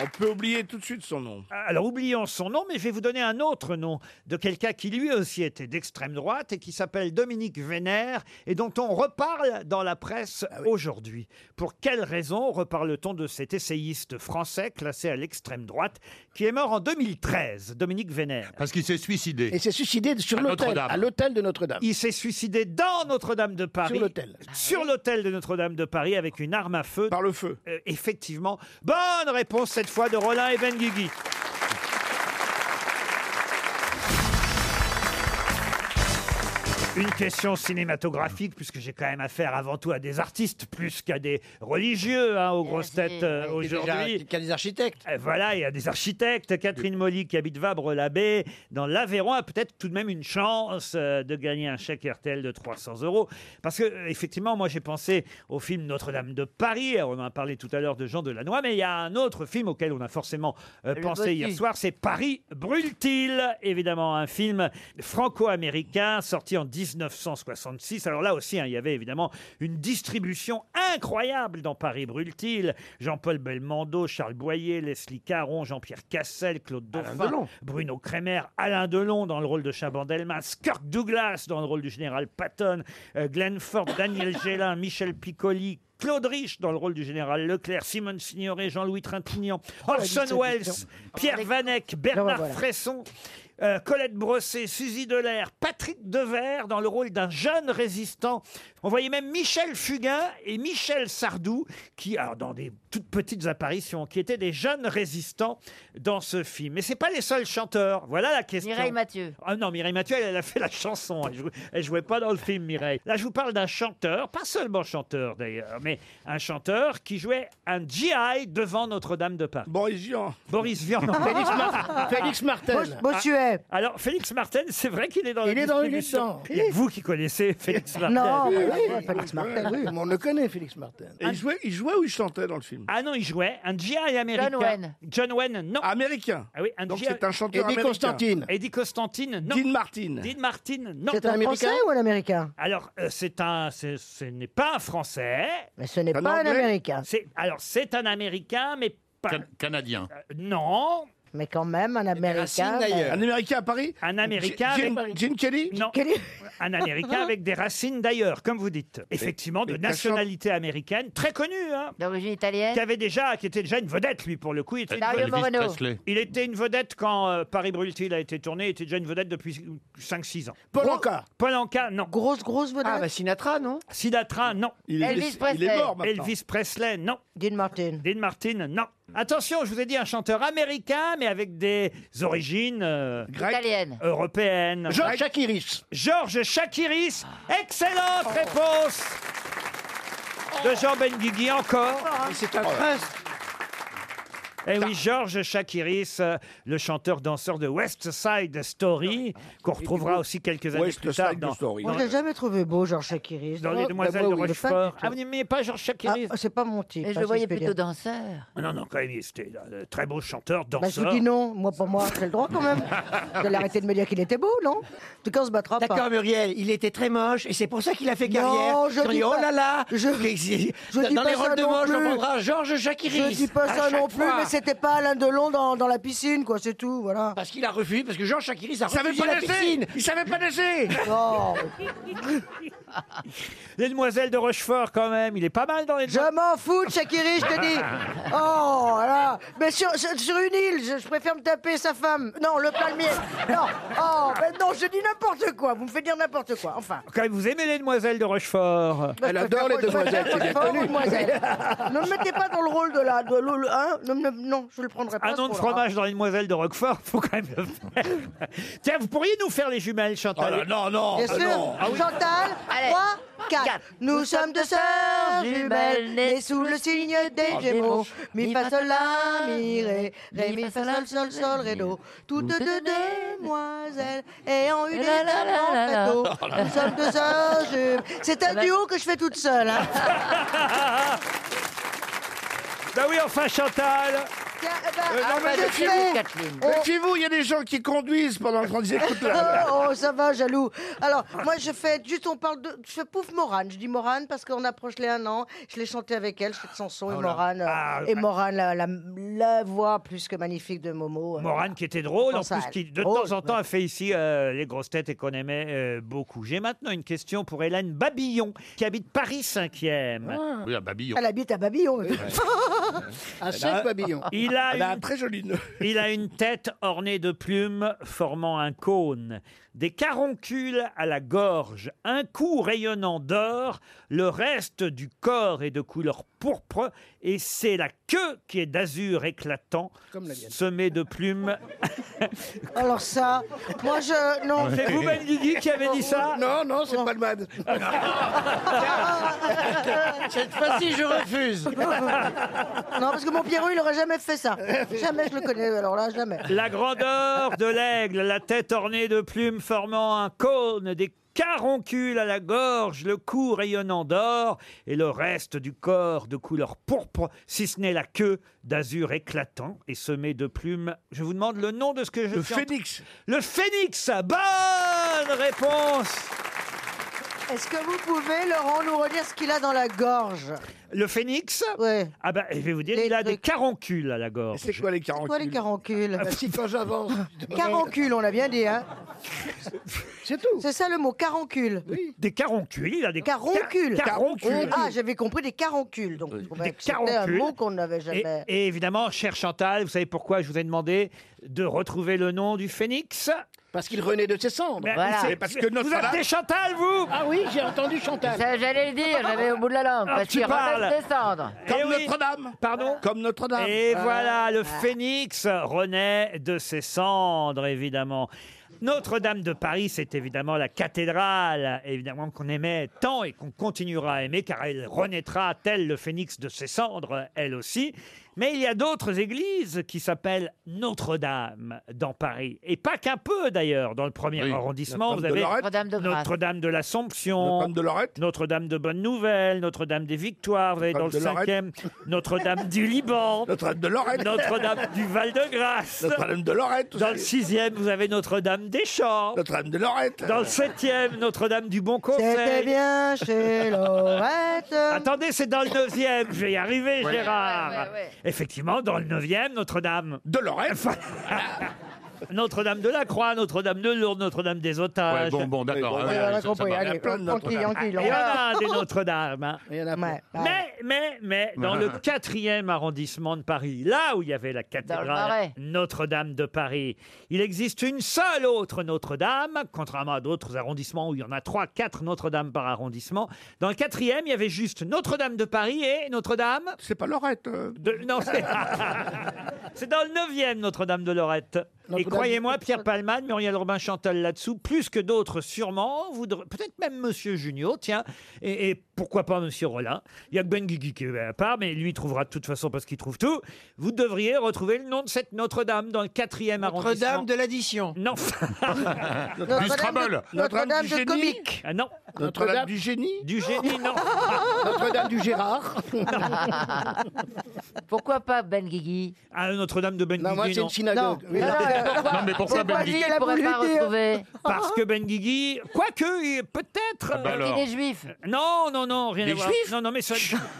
On peut oublier tout de suite son nom.
Alors oublions son nom, mais je vais vous donner un autre nom de quelqu'un qui lui aussi était d'extrême droite et qui s'appelle Dominique Vénère et dont on reparle dans la presse aujourd'hui. Pour quelle raison reparle-t-on de cet essayiste français classé à l'extrême droite qui est mort en 2013, Dominique Vénère
Parce qu'il s'est suicidé.
Et s'est suicidé sur
À
l'hôtel,
Notre-Dame.
à l'hôtel de Notre-Dame.
Il s'est suicidé dans Notre-Dame de Paris.
Sur l'autel.
Sur l'hôtel de Notre-Dame de Paris avec une arme à feu. Par le feu. effectivement. Bonne réponse cette fois de Roland et Ben Une question cinématographique, puisque j'ai quand même affaire avant tout à des artistes, plus qu'à des religieux, hein, aux grosses têtes euh, aujourd'hui. Qu'à des architectes. voilà, il y a des architectes. Catherine Molly, qui habite Vabre-l'Abbé, dans l'Aveyron, a peut-être tout de même une chance euh, de gagner un chèque RTL de 300 euros. Parce que, euh, effectivement, moi j'ai pensé au film Notre-Dame de Paris. On en a parlé tout à l'heure de Jean Delannoy, mais il y a un autre film auquel on a forcément euh,
Le
pensé hier
Bossu.
soir, c'est Paris brûle-t-il Évidemment, un film franco-américain sorti en 1966. Alors là aussi, hein, il y avait évidemment une distribution incroyable dans Paris brûle-t-il. Jean-Paul Belmondo, Charles Boyer, Leslie Caron, Jean-Pierre Cassel, Claude
Alain
Dauphin,
Delon.
Bruno Kremer, Alain Delon dans le rôle de Chabandelmas, Kirk Douglas dans le rôle du général Patton, euh, Glenn Ford,
(coughs)
Daniel Gélin, Michel Piccoli, Claude Rich dans le rôle du général Leclerc, Simone Signoret, Jean-Louis Trintignant,
Oh, la
Orson
distribution.
Welles, Pierre Vanek, Bernard Fresson, euh, Colette Brossé, Suzy Delair, Patrick Devers dans le rôle d'un jeune résistant. On voyait même Michel Fugain et Michel Sardou, qui, alors dans des toutes petites apparitions, qui étaient des jeunes résistants dans ce film. Mais c'est pas les seuls chanteurs. Voilà la question.
Mireille Mathieu.
Ah non, Mireille Mathieu, elle, elle a fait la chanson. Elle jouait, elle jouait pas dans le film, Mireille. Là, je vous parle d'un chanteur, pas seulement chanteur d'ailleurs, mais un chanteur qui jouait un GI devant Notre-Dame de Paris. Boris Vian. Boris Vian. non.
Félix Mar- Félix Martel. Bos-
Ah, Alors, Félix Martel, c'est vrai qu'il est dans la
Il est dans- il est
distribution.
dans.
Il y a que vous qui connaissez Félix Martel. Ah
Félix Martin, oui. mais On le connaît, Félix Martin.
il, jouait, il jouait ou il chantait dans le film Ah non, il jouait. Un GI américain.
John Wayne.
John Wayne, non. Américain. Ah oui, un
Donc
GI
c'est un chanteur Eddie américain. Constantine.
Eddie Constantine, non. Dean Martin. Dean Martin, non.
C'est un français ou un américain
Alors, euh, c'est un, c'est- ce n'est pas un français.
Mais ce n'est Un pas un Anglais Américain.
C'est- alors, c'est un américain, mais pas. Euh,
Canadien.
non.
Mais quand même, un américain.
d'ailleurs.
mais-
Un
Américain à Paris
Un américain.
Jim-
avec-
Jim Kelly
Non. Un américain avec des racines d'ailleurs, comme vous dites. Effectivement, de
mais t'as
nationalité américaine, très connu, hein.
D'origine italienne.
Qui avait déjà, qui était déjà une vedette, lui, pour le coup. Il était, une
Dario
vedette.
Moreno. Elvis Presley.
Il était une vedette quand euh, Paris Brûle-t-il a été tourné. Il était déjà une vedette depuis 5-6 ans.
Paul Anka.
Paul Anka, non.
Grosse, grosse vedette.
Ah, bah Sinatra, non
Sinatra, non.
Il est- Elvis il est Presley. mort maintenant.
Elvis Presley, non. Dean Martin. Dean Martin, non. Attention, je vous ai dit un chanteur américain, mais avec des origines euh,
Italiennes.
européennes.
Georges
Chakiris. Georges Chakiris. Excellente réponse de Jean Benguigui encore. C'est un prince. Eh oui, Georges Chakiris, euh, le chanteur-danseur de West Side Story, qu'on retrouvera aussi quelques années
West
plus tard
Side
dans,
Story.
Moi, je l'ai jamais trouvé beau, Georges Oh, Chakiris.
Dans Les Demoiselles de Rochefort. Ah, vous n'aimez pas Georges Chakiris
Ah, c'est pas mon type.
Et je
hein,
le
si
voyais
peux
plutôt
dire.
danseur.
Ah Non, non, quand même, il- c'était un très beau chanteur,
Bah, je
danseur.
vous dis non, moi pour moi, j'ai le droit quand
(laughs)
même. Vous allez arrêter de me dire qu'il était beau, non En tout cas, on se battra pas.
D'accord, Muriel, il était très moche et c'est pour ça qu'il a fait
Non,
carrière.
je
Ils ont
dis
dit,
pas-
oh là là (laughs)
je- Je
Dans
dis
dans
pas
les
ça
rôles de
non
moche, on
plus.
prendra Georges Chakiris.
Je dis pas
à
ça non
chaque
plus,
fois.
mais c'était pas Alain Delon dans, dans la piscine, quoi, c'est tout, voilà.
Parce qu'il a refusé, parce que Georges Chakiris a
Il savait
refusé
pas
la
nager
piscine Il savait pas
(laughs)
nager
Non
Les Demoiselles de Rochefort, quand même, il est pas mal dans les...
Je m'en fous de Shakiri, je te dis. Oh là Mais sur, sur- sur une île, je, je préfère me taper sa femme. Non, le palmier. Non, oh, mais non, je dis n'importe quoi. Vous me faites dire n'importe quoi. Enfin.
Quand même, vous aimez les Demoiselles de Rochefort
Bah, Moi, je préfère- je préfère Rochefort aux demoiselles. ne me mettez pas dans le rôle de la. De, l'eau, le- hein, ne me- non, je le prendrai pas.
Un nom de
ce
fromage dans les Demoiselles de Rochefort, faut quand même le faire. Tiens, vous pourriez nous faire les jumelles, Chantal
Oh là, non, non,
Bien
euh,
sûr,
non. Ah oui.
(laughs)
Chantal,
Allez.
3, 4. Nous, sommes deux sœurs jumelles,
jumelles,
nées sous le signe des
des
Gémeaux.
Gémeaux.
Mi,
Mi,
fa,
fa,
sol, la,
sol,
mi, ré. Ré,
mi,
mi,
fa,
fa, sol, sol, sol, ré, do. Toutes
Toutes
deux
deux
demoiselles ayant eu des
La, la, la,
amants
la, la.
fataux.
Oh là là.
Nous sommes deux sœurs jumelles. C'est un duo que je fais toute seule. hein.
Ben oui, enfin, Bah Chantal
tiens, eh ben,
Euh, non,
ah,
mais
je
méfiez-vous,
sais. On-
Méfiez-vous, il y a des gens qui conduisent pendant qu'on dit écoute là.
(laughs) oh, ça va, jaloux. Alors, moi, je fais juste, on parle de. Je pouffe Morane. Je dis Morane parce qu'on approche les un an. Je l'ai chanté avec elle, cette chanson. et
Oh là.
Morane, euh,
Ah,
et
ah.
Morane la, la- la voix plus que magnifique de Momo. euh,
Morane qui était drôle, en
pense à
plus
elle.
qui de
Drôle,
temps en temps a fait ici euh, les grosses têtes et qu'on aimait euh, beaucoup. J'ai maintenant une question pour Hélène Babillon qui habite Paris 5e.
Ah.
Oui, à Babillon.
Elle habite à Babillon. (laughs) Ah,
À chaque babillon.
Eh ben, (laughs) Il
Ah
a,
ben,
une...
très jolie
(laughs) Il a une tête ornée de plumes formant un cône, des caroncules à la gorge, un cou rayonnant d'or, le reste du corps est de couleur pourpre et c'est la queue qui est d'azur éclatant,
Comme la mienne.
semée de plumes.
Alors ça, moi je non.
C'est vous, Ben Guigui, qui avez dit ça
Non, non, c'est pas
(laughs)
le (laughs) man.
Ah,
Cette fois-ci, je refuse.
Non, parce que mon Pierrot, il aurait jamais fait ça. Jamais je le connais. Alors là, jamais.
La grandeur de l'aigle, la tête ornée de plumes formant un cône, des caroncules à la gorge, le cou rayonnant d'or et le reste du corps de couleur pourpre, si ce n'est la queue d'azur éclatant et semée de plumes. Je vous demande le nom de ce que je
Le
suis en-
phénix.
Le phénix. ah, Bonne réponse.
Est-ce que vous pouvez, Laurent, nous redire ce qu'il a dans la gorge
Le phénix Ah ben, je vais vous dire, il a des caroncules à la gorge.
C'est quoi les caroncules
Quoi les caroncules
Ah,
Si quand j'avance.
Caroncule, on l'a bien dit, hein C'est tout. C'est ça le mot, caroncule.
Des caroncules, il a des
Caroncules.
Car- caroncules.
Ah, j'avais compris des caroncules. Donc, je trouvais que c'était un
caroncules.
mot qu'on n'avait
Et,
jamais.
et évidemment, cher Chantal, vous savez pourquoi je vous ai demandé de retrouver le nom du phénix
Parce qu'il renaît de ses cendres.
Mais
Voilà.
c'est-
Mais parce que
vous
Notre-Dame-
êtes des Chantal, vous
Ah oui, j'ai entendu Chantal.
Ça, J'allais le dire, j'avais au bout de la langue.
Ah,
parce
tu
qu'il
parles.
ramasse des cendres.
Comme Notre-Dame Pardon
Eh Comme Notre-Dame. Euh.
Et voilà, le phénix renaît de ses cendres, évidemment. Notre-Dame de Paris, c'est évidemment la cathédrale, évidemment qu'on aimait tant et qu'on continuera à aimer, car elle renaîtra, tel le phénix de ses cendres, elle aussi. Mais il y a d'autres églises qui s'appellent Notre-Dame dans Paris, et pas qu'un peu d'ailleurs. Dans le premier
Oui.
arrondissement, vous
Notre-Dame de
avez
Lorette.
Notre-Dame de Grâce.
Notre-Dame de l'Assomption,
Notre-Dame de Lorette,
Notre-Dame de Bonne Nouvelle, Notre-Dame des Victoires, vous avez dans le
Notre-Dame de Lorette.
cinquième, Notre-Dame du Liban,
(laughs) Notre-Dame de Lorette.
Notre-Dame du Val-de-Grâce,
(laughs) Notre-Dame de Lorette.
Dans le sixième, vous avez Notre-Dame des Champs,
Notre-Dame de Lorette.
Dans le septième, Notre-Dame du Bon
C'était
Conseil.
bien
(laughs)
chez Lorette.
Attendez, c'est dans le neuvième, je vais y arriver,
Ouais.
Gérard.
Ouais, ouais, ouais, ouais.
Effectivement, dans le neuvième, Notre-Dame.
De Lorette.
(laughs) Notre-Dame de la Croix, Notre-Dame de Lourdes, Notre-Dame des
Ouais,
Otages.
bon, bon, d'accord. hein,
Ouais, on a compris,
va.
allez,
plein de Notre-Dame.
tranquille, tranquille,
Il y en a
(laughs)
des Notre-Dame. hein.
Il y en a
Ouais.
Mais, mais, (laughs) mais, dans
(laughs)
le quatrième arrondissement de Paris, là où il y avait la cathédrale
Marais.
Notre-Dame de Paris, il existe une seule autre Notre-Dame, contrairement à d'autres arrondissements où il y en a trois, quatre Notre-Dame par arrondissement. Dans le quatrième, il y avait juste Notre-Dame de Paris et Notre-Dame.
C'est pas Lorette. euh.
de- Non, c'est. (laughs) c'est dans le neuvième Notre-Dame de Lorette. Et croyez-moi, Pierre Palman, Muriel Robin Chantal là-dessous, plus que d'autres sûrement, voudra- peut-être même Monsieur Junio, tiens, et, et pourquoi pas Monsieur Rollin. Il y a que Ben Guigui qui est à part, mais lui il trouvera de toute façon parce qu'il trouve tout. Vous devriez retrouver le nom de cette Notre-Dame dans le quatrième arrondissement.
Notre-Dame de l'addition.
Non. (laughs)
Du Scrabble.
Notre-Dame de
génie.
Comique.
Ah non,
Notre-Dame du génie.
du génie,
(laughs)
non.
Notre-Dame du Gérard.
Pourquoi pas Ben Guigui
Ah, Notre-Dame de Ben
Non, moi,
Guigui,
c'est
non.
une synagogue. Oui,
non,
(laughs)
Non, mais pourquoi
C'est
Ben
pas
Guigui
lui,
qu'elle a
il pourrait
voulu
pas
dire.
retrouver.
Parce que Ben Guigui, quoique, il- peut-être.
bah
euh,
alors.
Il est juif.
Non, non, non, rien
Les
à voir.
Juifs
Non, non,
(laughs)
mais ça.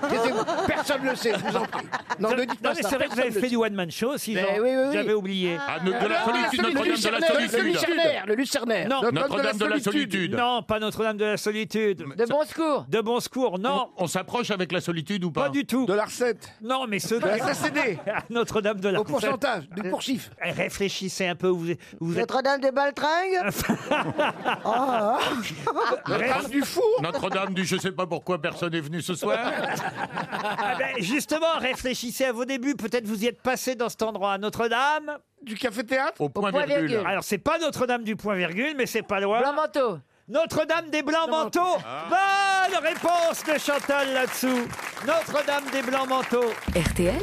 Taisez-vous. Personne ne le sait, je vous en prie. (laughs) Non, ne dites
Non,
pas
mais
ça.
c'est vrai que vous avez
Personne
fait du one-man show, si
Mais
j'en-
oui, oui, oui.
j'avais oublié.
Ah, de la
le
solitude,
sait. Le
Notre-Dame de la
Lucernaire, Le
solitude.
Lucernaire, le Lucernaire.
Non,
Notre-Dame de la solitude.
non, pas Notre-Dame de la Solitude.
De bon secours.
De bon secours, non,
On s'approche avec la solitude ou pas
pas du tout.
De la recette.
Non, mais ceux
De la SACD.
Ah, Notre-Dame de la
Au pourcentage, du pourcif.
Eh, Réfléchissez un peu, vous, vous êtes. Ah.
Notre-Dame de
(laughs)
Baltringue.
Ah.
Oh,
Notre-Dame du four.
Notre-Dame du je sais pas pourquoi personne est venu ce
(laughs)
soir.
Ah ben, justement, réfléchissez à vos débuts. Peut-être vous y êtes passé dans cet endroit. Notre-Dame.
Du café-théâtre.
Au point
point
virgule.
virgule.
Alors, c'est pas Notre-Dame du point virgule, mais c'est pas loin.
Blanc manteau.
Notre-Dame des Blancs Manteaux. Bonne réponse de Chantal là-dessous. Notre-Dame des Blancs Manteaux.
RTL,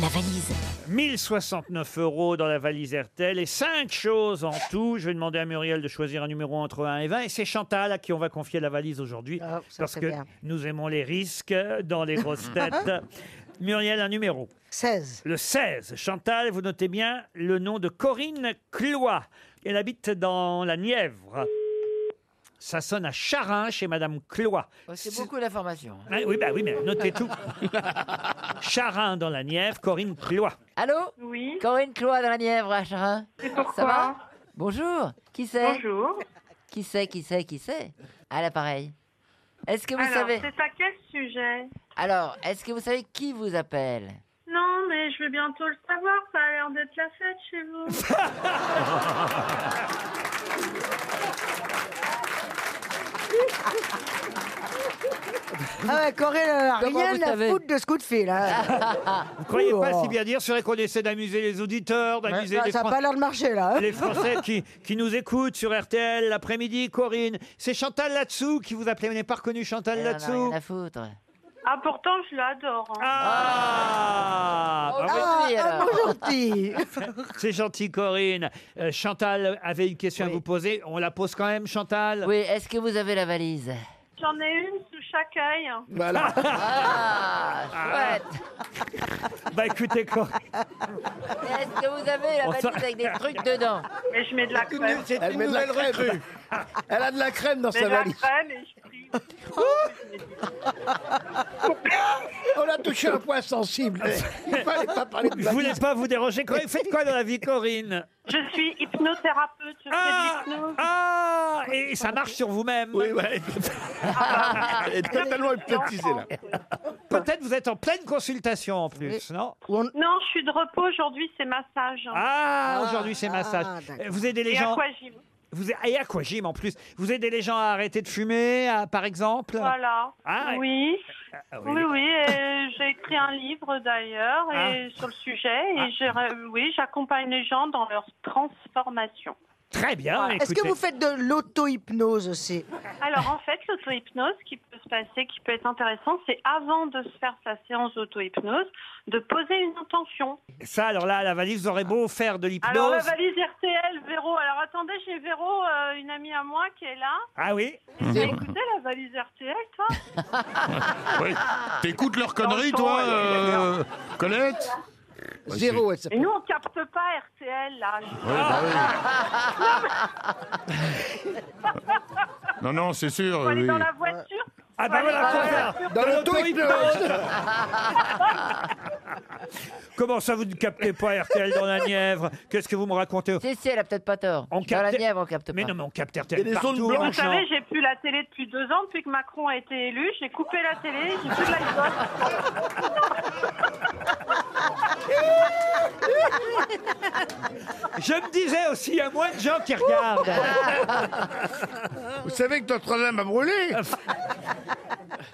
la valise.
1069 euros dans la valise RTL et 5 choses en tout. Je vais demander à Muriel de choisir un numéro entre 1 et 20. Et c'est Chantal à qui on va confier la valise aujourd'hui.
Ah, ça
parce
serait
que
bien. (laughs)
nous aimons les risques dans les grosses têtes. Muriel, un numéro. 16. Le 16. Chantal, vous notez bien le nom de Corinne Clois. Elle habite dans la Nièvre. Ça sonne à Charin chez Madame Clois.
Oh, C'est beaucoup d'informations.
Ah oui, bah oui, mais
(laughs)
notez tout. Charin dans la Nièvre, Corinne Clois.
Allô Oui. Corinne Clois dans la Nièvre, à Charin. Ça va Bonjour. Qui c'est Bonjour. Qui c'est, qui c'est, qui c'est À l'appareil. Est-ce que vous
Alors,
savez.
C'est à quel sujet
Alors, est-ce que vous savez qui vous
(laughs)
appelle
Non, mais je vais bientôt le savoir. Ça a l'air d'être la fête chez vous.
(laughs)
Ah ouais, Corinne, elle a
Comment
rien
vous
à
savez
foutre de ce coup de fil. hein.
Vous croyez
Ouh,
pas
oh.
si bien dire C'est vrai qu'on essaie d'amuser les auditeurs, d'amuser
Ça
les
n'a
Fran-
pas l'air de marcher, là. hein.
Les Français qui, qui nous écoutent sur RTL l'après-midi, Corinne. C'est Chantal Latsou qui vous appelait. Vous n'avez pas reconnu
Eh
Chantal
Elle en a
Latsou
rien
à foutre.
Ah, pourtant, je l'adore. hein.
Ah, bah oui.
Ah, ah, bonjour.
C'est gentil, Corinne. Euh, Chantal avait une question à vous poser. On la pose quand même, Chantal
Oui, est-ce que vous avez la valise
(laughs) J'en ai une sous chaque œil.
Voilà.
Ah, chouette.
Bah écoutez, Corinne.
Est-ce que vous avez la
On
valise
sort-
avec des trucs dedans
Mais je mets de la
C'est une crème. nou- c'est une nouvelle
(laughs)
recrue.
Elle a de la crème
dans sa valise.
de la crème et je prie.
(laughs) On a touché un point
(laughs)
sensible. Il fallait pas parler de
Je voulais pas vous déranger. Corinne, faites quoi dans la vie, Corinne
Je suis hypnothérapeute. Je fais de l'hypnose.
Ah, et ça marche sur vous-même. Oui, ouais.
Elle est totalement hypnotisée, là.
Peut-être vous êtes en pleine consultation en plus, non
Non, je suis de repos. Aujourd'hui, c'est massage.
Ah, aujourd'hui c'est massage. vous aidez les
Et
gens.
aquagym.
Vous et aquagym en plus. Vous aidez les gens à arrêter de fumer, à- par exemple.
Voilà.
Ah,
oui.
Ah,
Oui, oui, et j'ai écrit un livre d'ailleurs
Ah.
et sur le sujet. Et j'ai- oui, j'accompagne les gens dans leur transformation.
Très bien.
Est-ce que
écoutez.
vous faites de l'auto-hypnose aussi
Alors en fait, l'auto-hypnose qui peut se passer, qui peut être intéressant, c'est avant de se faire sa séance d'auto-hypnose, de poser une intention.
Ça, alors là, la valise, vous aurez beau faire de l'hypnose.
Alors la valise RTL, Véro. Alors attendez, j'ai Véro, euh, une amie à moi qui est là.
Ah oui.
T'as écouté la valise RTL, toi
(laughs)
Ouais. T'écoutes leurs conneries, toi, euh, Colette
Zéro, elle
Et nous, on capte pas RTL, là.
Non, non, c'est sûr.
Faut aller
oui.
dans la voiture.
Ah bah
Faut aller
voilà, faut
la
faire
voiture.
de l'auto-hypnose. Comment ça, vous ne captez pas RTL dans la Nièvre Qu'est-ce que vous me racontez
Si, si, elle a peut-être pas tort.
On
Dans la
capte-
Nièvre, on capte
Mais
pas.
non, mais on capte RTL partout. hein.
Vous
maintenant.
hein.
savez, j'ai plus la télé depuis deux ans, depuis que Macron a été élu. J'ai coupé la télé, j'ai plus de l'iPhone.
Je me disais aussi, il y a moins de gens qui regardent.
(laughs) Vous savez que Notre-Dame a brûlé
(laughs)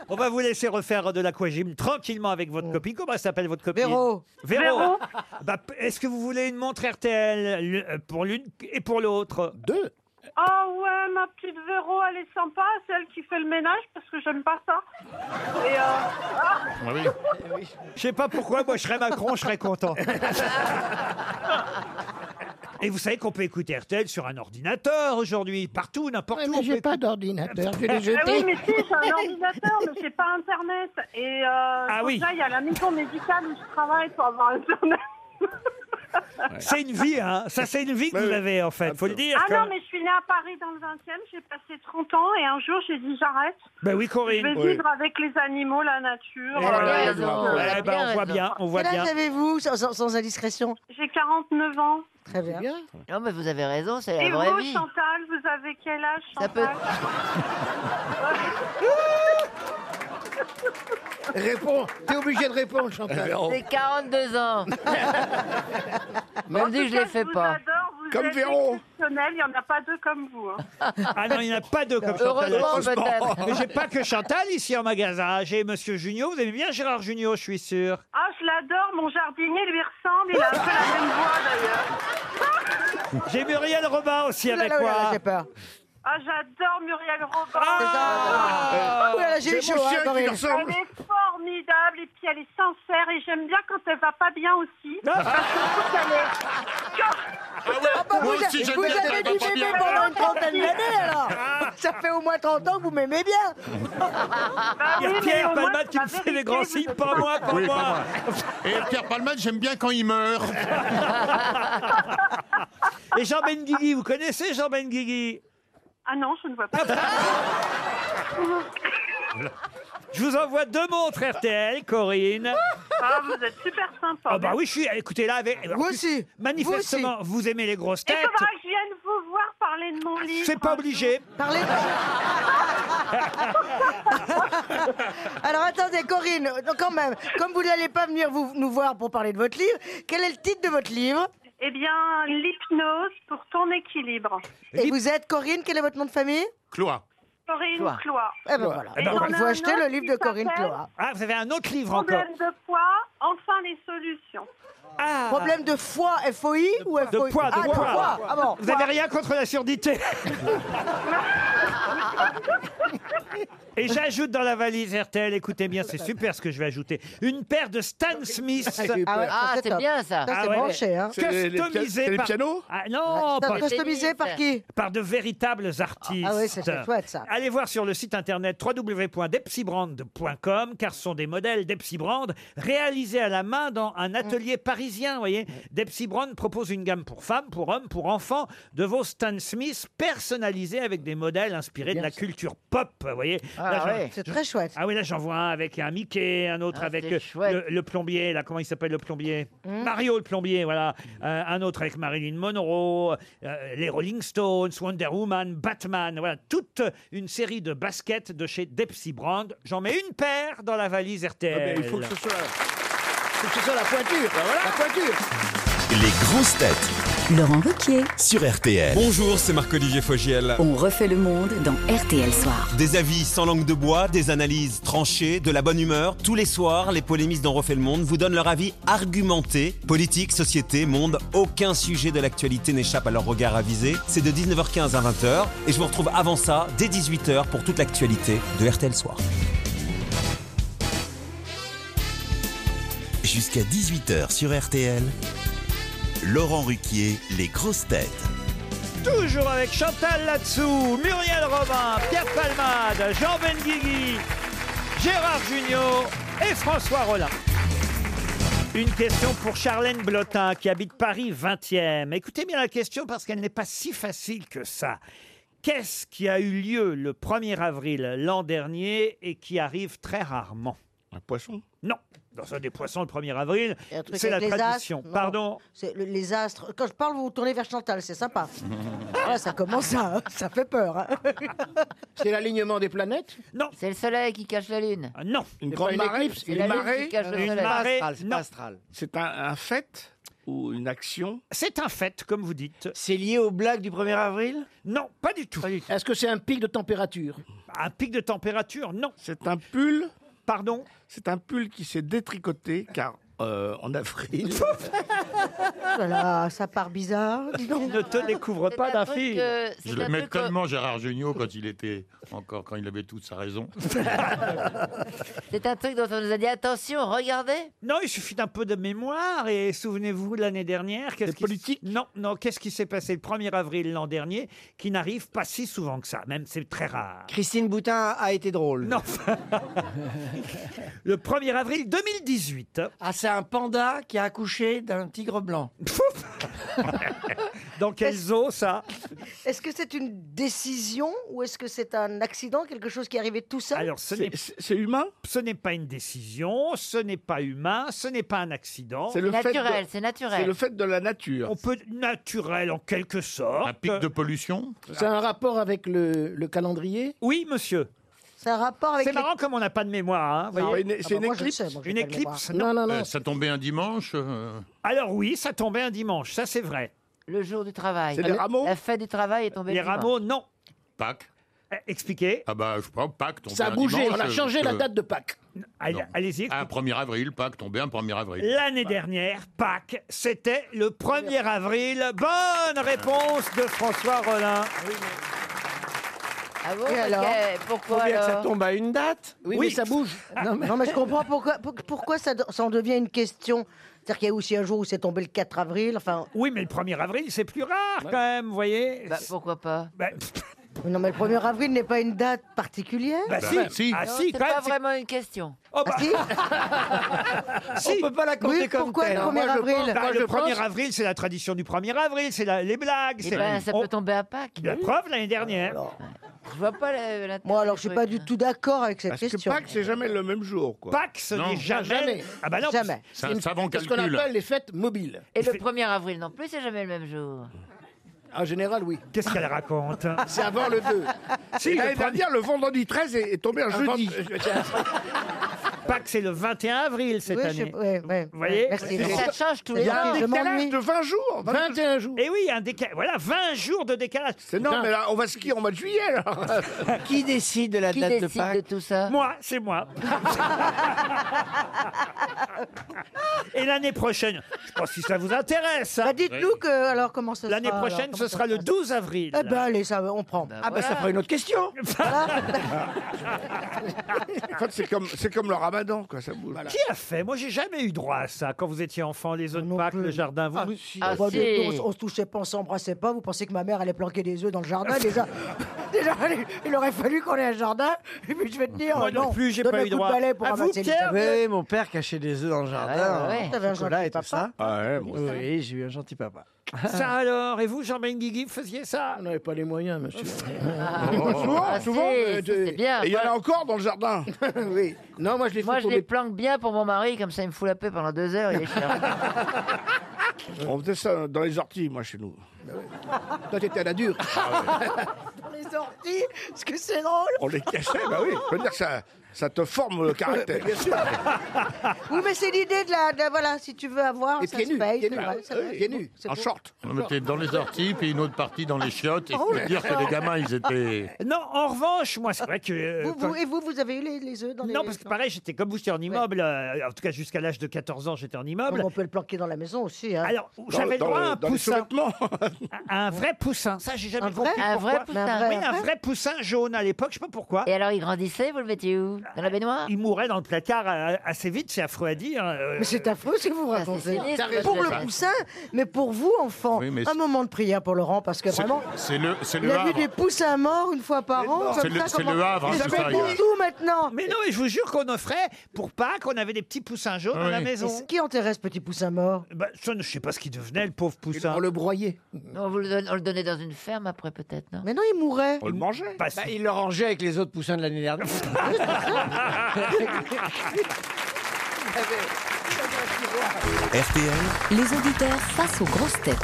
On va vous laisser refaire de l'aquagym tranquillement avec
Mm.
votre copine. Comment s'appelle votre copine
Véro.
Véro.
Véro.
Bah, p- Est-ce que vous voulez une montre RTL le- euh, pour l'une et pour l'autre Deux.
Oh ouais, ma petite Véro, elle est sympa, celle qui fait le ménage parce que j'aime pas ça. Et euh,
Ah
Je sais pas pourquoi, moi je serais Macron, je serais
(laughs)
content. Et vous savez qu'on peut écouter RTL sur un ordinateur aujourd'hui, partout, n'importe où.
J'ai pas d'ordinateur,
(laughs)
je l'ai
ah oui, mais
jeté.
si, j'ai un (laughs) ordinateur, mais c'est pas Internet. Et euh, pour
Ah oui.
ça, il y a la maison médicale où je travaille pour avoir Internet.
C'est une vie, hein. Ça, c'est une vie que vous avez, en fait. Faut le dire.
Bah Ah non,
comme-
mais je suis née à Paris dans le 20e, j'ai passé 30 ans et un jour j'ai dit j'arrête.
Ben oui,
Je
Corinne.
vais vivre avec les animaux, la nature.
Elle a bien raison. Ouais, bah, on voit bien, on voit
Quel âge
bien.
avez-vous, sans, sans- sans indiscrétion
J'ai 49 ans.
Très bien.
Non, mais vous avez raison, c'est
Et
la vraie
vous,
vie.
Chantal, vous avez quel âge,
Ça peut-
Chantal
(laughs)
Réponds, t'es obligé de répondre, Chantal.
J'ai 42 ans.
En
Même
tout
si je
cas,
les fais
vous
pas.
adore, vous
Comme
êtes
Véro.
exceptionnels, il n'y en a pas deux comme vous. hein.
Ah non, il n'y en a pas deux comme Chantal.
Heureusement, peut-être.
Mais j'ai pas que Chantal ici en magasin. J'ai Monsieur Junio. Vous aimez bien Gérard Junio, je suis sûr.
Ah, je l'adore, mon jardinier lui ressemble, il a un peu la même voix d'ailleurs.
J'ai Muriel Robin aussi
Oulala,
avec
oulala,
moi.
j'ai peur. Ah, j'adore Muriel Robin.
Ah
Oulala, j'ai eu
C'est
chaud,
Ah. mon
hein,
chien qui
Corinne.
lui ressemble. Elle est formidable, et puis si elle est sincère et j'aime bien quand elle va pas bien aussi.
Ah.
Parce que je trouve qu'elle est-
Ah bah,
moi
vous, a-
aussi, j'aime
vous
bien qu'elle
avez
va
dû
pas
m'aimer
bien.
pendant une trentaine
(laughs)
d'années alors Ça fait au moins 30 ans que vous m'aimez bien
(laughs)
Ah
Il y a
oui, mais
Pierre
au moins,
Palmade qui me fait des grands signes, pas moi, pas
Oui, pas
moi.
Et Pierre Palmade, j'aime bien quand il meurt.
Et Jean Benguigui, vous connaissez Jean Benguigui Ah,
Ah non, je ne vois pas.
bah. Je vous envoie deux montres RTL, Corinne.
Ah, vous êtes super sympa.
Ah bah oui, je suis. Écoutez là, avec. en
Vous
plus,
aussi,
Manifestement,
vous aussi.
vous aimez les grosses
Il
têtes.
faudra que je vienne vous voir parler de mon livre.
C'est pas obligé.
Parlez Alors attendez, Corinne, donc quand même, comme vous n'allez pas venir vous- nous voir pour parler de votre livre, quel est le titre de votre livre
Eh bien, l'hypnose pour ton équilibre.
Et vous êtes Corinne, quel est votre nom de famille
Cloa.
Corinne
Cloa.
Cloa.
Eh ben voilà.
Eh ben,
Il
voilà.
faut acheter le livre de Corinne Cloa.
Ah, vous avez un autre livre encore.
Problème de poids, enfin les solutions.
Ah.
Problème de foie, FOI ou FOI
De poids, de
Ah,
poids.
Ah bon.
Vous avez rien contre la
(laughs)
surdité. Et j'ajoute dans la valise RTL, écoutez bien, c'est super ce que je vais ajouter, une paire de Stan Smith.
Ah ouais, Ah, ça, c'est c'est top. bien, ça. Ça, c'est branché, hein. C'est les- les pia-
Customisé
c'est les
par...
pianos
Ah non,
Ouais, customisé par qui
Par de véritables artistes.
Ah ouais, ça, c'est chouette, ça.
Allez voir sur le site internet www.depsybrand.com car ce sont des modèles Depsybrand réalisés à la main dans
Mm.
un atelier parisien, vous voyez. Depsybrand propose une gamme pour femmes, pour hommes, pour enfants de vos Stan Smith personnalisés avec des modèles inspirés de la culture pop, vous voyez.
Ah
j'en-
ouais. C'est très chouette.
Ah oui, là j'en vois un avec un Mickey, un autre
Ah,
avec
c'est
euh,
chouette. Hmm
le, le plombier, là comment il s'appelle le plombier Mario le plombier, voilà. Euh, un autre avec Marilyn Monroe, euh, les Rolling Stones, Wonder Woman, Batman, voilà. Toute une série de baskets de chez Depsy Brand. J'en mets une paire dans la valise RTL.
Ah, mais il faut que ce soit- faut que ce soit la pointure.
Ben
La pointure.
Les grosses têtes
Laurent Ruquier.
sur RTL.
Bonjour, c'est Marc-Olivier Fogiel.
(laughs) On refait le monde dans RTL Soir.
Des avis sans langue de bois, des analyses tranchées, de la bonne humeur. Tous les soirs, les polémistes d'En Refait le Monde vous donnent leur avis argumenté. Politique, société, monde, aucun sujet de l'actualité n'échappe à leur regard avisé. C'est de 19h15 à 20h. Et je vous retrouve avant ça, dès 18h, pour toute l'actualité de RTL Soir.
Jusqu'à 18h sur RTL. Laurent Ruquier, les grosses têtes.
Toujours avec Chantal Latsou, Muriel Robin, Pierre Palmade, Jean Benguigui, Gérard Junior et François Rollin. Une question pour Charlène Blotin qui habite Paris 20e. Écoutez bien la question parce qu'elle n'est pas si facile que ça. Qu'est-ce qui a eu lieu le 1er avril l'an dernier et qui arrive très rarement Un poisson Non. Dans un des poissons le 1er avril,
Il y a un truc
c'est la
avec les
tradition.
astres, non.
Pardon
C'est le- les astres. Quand je parle, vous vous tournez vers Chantal, c'est sympa. Ah, ça commence à. Ça fait peur. hein.
C'est l'alignement des planètes
Non. Ah,
C'est le soleil qui cache la lune.
non.
Une grande marée.
C'est la
Une
lune
marée.
qui cache le soleil.
C'est pas astral. C'est un, un fait ou une action
C'est un fait, comme vous dites.
C'est lié aux blagues du 1er avril
Non, pas du tout.
Est-ce que c'est un pic de température
Un pic de température, non.
C'est un pull
Pardon
C'est un pull qui s'est détricoté car euh,
(laughs)
en avril.
Voilà, Oh ça part bizarre. dis donc.
Ne te découvre
pas d'un film.
euh,
Je l'aimais tellement Gérard Jugnot quand il était encore, quand il avait toute sa raison.
C'est un truc dont on nous a dit attention, regardez.
Non, il suffit d'un peu de mémoire et souvenez-vous l'année dernière, qu'est-ce qui politique Non, non, qu'est-ce qui s'est passé le 1er avril l'an dernier qui n'arrive pas si souvent que ça, même c'est très
(laughs)
rare.
Christine Boutin a été drôle.
Non. le 1er avril 2018.
Ah, c'est un panda (laughs) qui a accouché d'un tigre blanc.
(laughs)
Dans quelles eaux ça
Est-ce que c'est une décision ou est-ce que c'est un accident, quelque chose qui est arrivé tout seul
Alors, ce n'est
c'est humain
Ce n'est pas une décision, ce n'est pas humain, ce n'est pas un accident.
C'est le fait de- C'est le fait de la nature.
On peut naturel en quelque sorte.
Un pic de pollution
C'est un rapport avec le, le calendrier
Oui, monsieur.
C'est un rapport
C'est marrant comme on n'a pas de mémoire. hein,
Ah,
vous
Ah,
voyez.
Ah,
bah,
bah,
Une éclipse Non, non, non.
Euh, ça tombait un dimanche euh,
Alors oui, ça tombait un dimanche, ça c'est vrai.
Le jour du travail.
C'est les
Le-
rameaux
La fête du travail est tombée.
Les
dimanche.
rameaux, non. Euh,
Pâques.
Expliquez.
Ah bah, je sais pas, Pâques tombait
Ça a
un
bougé,
dimanche,
on a
euh,
changé
parce
la
que-
date de Pâques.
Non.
Allez-y.
Ah, 1er avril, Pâques tombait un 1er avril.
L'année dernière, Pâques, c'était le 1er avril. Bonne réponse de François Rollin.
Ah bon
Et
parce
alors
que- Pourquoi
Faut bien que ça
alors
tombe à une date.
Oui, mais ça
(laughs)
bouge. non, mais... je comprends pourquoi, pour- pourquoi ça, de- ça en devient une question. C'est-à-dire qu'il y a aussi un jour où c'est tombé le 4 avril. Enfin,
Oui, mais le 1er avril, c'est plus rare quand même, vous voyez Bah,
Pourquoi pas
non, mais le 1er avril n'est pas une date particulière.
Bah si, Bah, si. ah
Non, c'est
si, quand
pas
même, c'est-
vraiment une question.
Oh, bah,
Ah,
(laughs)
si
On peut pas la compter
Oui,
comme
pourquoi
telle.
le 1er
Moi, je
avril
pense-
Bah,
moi,
Le
je
1er
pense-
avril, c'est la tradition du 1er avril, c'est la- les blagues.
Eh
c'est-
ben, ça
on-
peut tomber à Pâques.
La preuve l'année dernière.
Je vois pas la. la-
Moi, alors, je suis pas
hein.
du tout d'accord avec cette
Parce que
question.
Pâques, c'est jamais le même jour. Quoi.
Pâques, ce
Non.
n'est jamais...
Jamais.
Ah bah non,
Jamais.
c'est un savant
C'est ce qu'on
calcul.
appelle les fêtes mobiles.
Et le 1er avril non plus, c'est jamais le même jour.
En général, oui.
Qu'est-ce qu'elle raconte
(laughs) C'est avant le 2.
Si,
Et
le
L'année
premier-
dernière, le vendredi 13 est, est tombé un jeudi.
Pâques, c'est le 21 avril cette
Oui, je-
année.
ouais, ouais.
Vous voyez
Merci.
C'est-
Ça change tous les
Il y a
ans.
un
Je
décalage
m'ennuie.
de 20 jours.
21 jours.
Et bah, eh oui, il y a un décalage. Voilà, 20 jours de décalage.
C'est non, mais là, on va skier en mois de juillet.
(laughs)
Là.
Qui décide de la
Qui
date de
décide
Pâques
de tout ça
Moi, c'est moi. Et l'année prochaine, je pense si ça vous intéresse. hein.
Bah, Dites-nous que, alors, comment ça
L'année
sera, alors,
prochaine,
comment
ce
ça
sera le 12 avril.
Eh ben, allez, ça, on prend.
Ah bah ça fera une autre question.
En fait, c'est comme, c'est comme le ramadan, quoi, ça bouge.
Qui a fait Moi, j'ai jamais eu droit à ça quand vous étiez enfant, les autres Pâques, le jardin. Vous,
Ah, bah, mais on, on se touchait pas, on s'embrassait pas. Vous pensez que ma mère allait planquer des œufs dans le jardin déjà, (laughs) déjà, il- il aurait fallu qu'on ait un jardin. Et puis je vais te dire,
Moi
non,
non plus, j'ai
donne
pas
un
eu
coup de
droit.
balai pour
Ah, vous,
ramasser les
Pierre
œufs.
Oui, mon père cachait des œufs dans le jardin.
Ah ouais, ouais.
en
T'avais un
chocolat et tout
gentil
ça.
Ah
oui, j'ai eu un gentil papa.
Ça alors Et vous, Jean-Ben Guigui, faisiez ça Ah,
On n'avait pas les moyens, monsieur.
Ah, bah, souvent,
Ah,
souvent. euh, de-
bien.
Et il y en a encore dans
(laughs)
le jardin.
oui. Non, moi, je les fais
Moi, je
pour
les
mes-
planque bien pour mon mari, comme ça, il me fout la paix pendant deux heures, il est cher.
On faisait ça dans les orties, moi, chez nous.
Bah
Toi, t'étais à la dure.
Ah
(laughs) Les sorties, parce que c'est drôle.
On les cachait, bah oui. Je veux dire, ça, ça te forme le caractère.
Bien sûr.
(laughs) Oui, mais c'est l'idée de la, de la- voilà, si tu veux avoir,
Et
ça
pieds
se
nus,
paye.
pieds
c'est
nus.
vrai, c'est vrai.
Pieds nus,
C'est
en
beau.
short.
On était dans les orties, puis une autre partie dans les chiottes. Et je
Oh
peux dire que les gamins, ils étaient.
(laughs) Non, en revanche, moi, c'est vrai que. euh,
Vous,
quand-
vous- et vous, vous avez eu les, les œufs dans les
Non, parce que pareil, j'étais comme vous, j'étais en immeuble. euh, en tout cas, jusqu'à l'âge de 14 ans, j'étais en immeuble.
On peut le planquer dans la maison aussi. hein.
Alors, j'avais droit à un poussin. À (laughs) un vrai poussin. Ça, j'ai jamais
Un vrai
compris.
Un
pourquoi.
vrai poussin.
Oui, un vrai poussin jaune à l'époque, je sais pas pourquoi.
Et alors, il grandissait, vous le mettiez où Dans la baignoire
Il mourait dans le placard euh, assez vite, c'est affreux à dire. euh,
Mais c'est affreux ce que vous racontez. pour le poussin, mais pour vous, enfant,
Oui, mais
un
c'est-
moment de prière pour Laurent, parce que vraiment,
C'est le, c'est
il
le
a vu
Havre.
des poussins morts une fois par an.
C'est
comme
le-
ça,
c'est le
comment-
Havre, hein,
Mais
c'est ça,
c'est pour
il-
tout maintenant.
Mais non, mais je vous jure qu'on Euh, offrait pour Pâques, on avait des petits poussins jaunes à la
Et
maison.
c'est- Qui enterrait ce petit poussin mort
Bah, ça, je sais pas ce qu'il devenait, le pauvre poussin.
On le broyait.
on, vous le donne- on le donnait dans une ferme après, peut-être, non
Mais non, il mourait.
On le mangeait.
Pas-
Bah, il le rangeait avec les autres poussins de l'année
(laughs)
dernière.
RTL,
Les auditeurs face aux grosses têtes.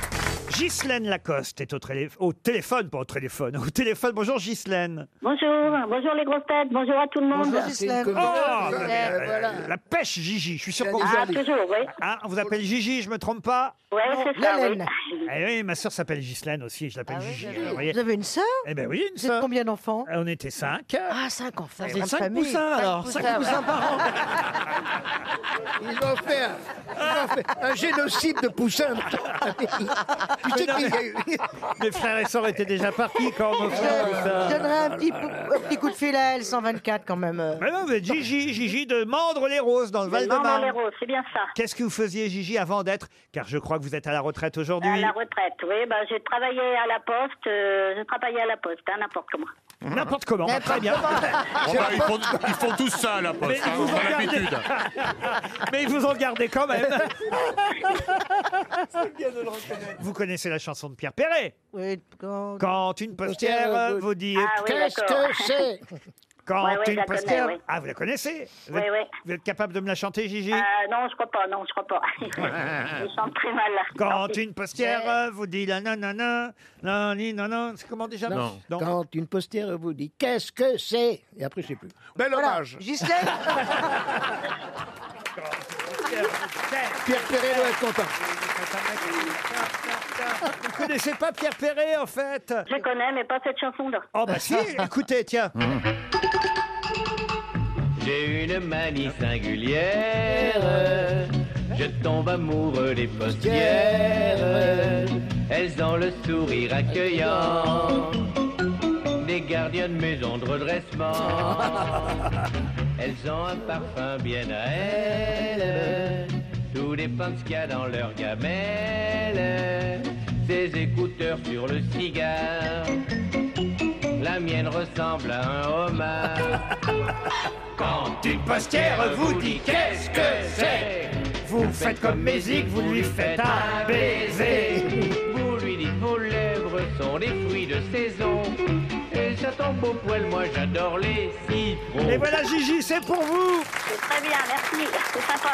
Ghislaine Lacoste est au, télé- au téléphone, pas au téléphone, au téléphone. Bonjour Ghislaine.
Bonjour, bonjour les grosses têtes, bonjour à tout le monde.
Oh, la- la- La pêche Gigi, je suis sûr qu'on vous
Ah,
appelle-
toujours, oui.
Ah, on vous appelle Gigi, je me trompe pas
Ouais, c'est ça, oui.
Eh oui, ma sœur s'appelle Ghislaine aussi, je l'appelle Gigi. Vous voyez.
Vous avez une sœur
Eh ben oui, une
Vous êtes
sœur. Euh,
combien d'enfants
On était cinq.
Ah, cinq enfants.
C'est
grande
cinq
famille.
poussins, alors,
Cinq
cinq poussins
par an.
Ils ont fait un, ils ont fait un génocide de
(laughs)
poussins. tu sais qu'il y a eu...
Mes frères et sœurs étaient déjà partis quand on
Je,
offrait tout ça.
je donnerais un petit, pou- un petit coup de fil à elle, 124 quand même. euh.
Mais non, vous êtes Gigi, Gigi de Mandre-les-Roses dans le Val-de-Marne.
Mandre-les-Roses, c'est bien ça.
Qu'est-ce que vous faisiez, Gigi, avant d'être Car je crois que vous êtes à la retraite aujourd'hui.
À la retraite, oui, bah, j'ai travaillé à la poste, euh, j'ai travaillé à la poste, hein, n'importe comment.
Mmh. N'importe comment. Très bien.
Oh, bah, ils, font, ils font tous ça à la
Mais
poste,
ils
hein,
vous
on
ont
a
gardé-
l'habitude.
(laughs) Mais ils vous ont gardé quand même. Vous connaissez la chanson de Pierre Perret
Oui, quand-
Quand une postière vous dit
Ah oui,
Qu'est-ce
d'accord.
que c'est Quand
Ouais, ouais, je
une
la connais,
postière.
oui.
Ah, vous la connaissez vous,
Oui,
êtes,
oui.
vous êtes capable de me la chanter, Gigi
Euh, non, je crois pas, non, je crois
(laughs)
pas. je chante très mal, là.
Quand
Tant pis.
une postière vous dit la nanana, nani, nanan, c'est comment déjà
Non.
Quand une postière vous dit qu'est-ce que c'est Et après, je sais plus.
Bel hommage.
Ghislaine
Pierre Perret doit être content.
Vous connaissez pas Pierre Perret en fait
Je connais, mais pas cette chanson-là.
Oh
(laughs)
bah si, écoutez, tiens. Euh.
J'ai une manie singulière. Je tombe amoureux des postières. Elles ont le sourire accueillant. des gardiens de maison de redressement. Elles ont un parfum bien à elles. Tout dépend de ce qu'il y a dans leur gamelle. Ses écouteurs sur le cigare. La mienne ressemble à un homard. Quand une postière vous dit qu'est-ce que c'est, vous faites comme Mézic, vous lui faites un baiser. Vous lui dites vos lèvres sont les fruits de saison. Et ça tombe au poil, moi j'adore les citrons.
Et voilà Gigi, c'est pour vous
C'est très bien, merci. C'est sympa.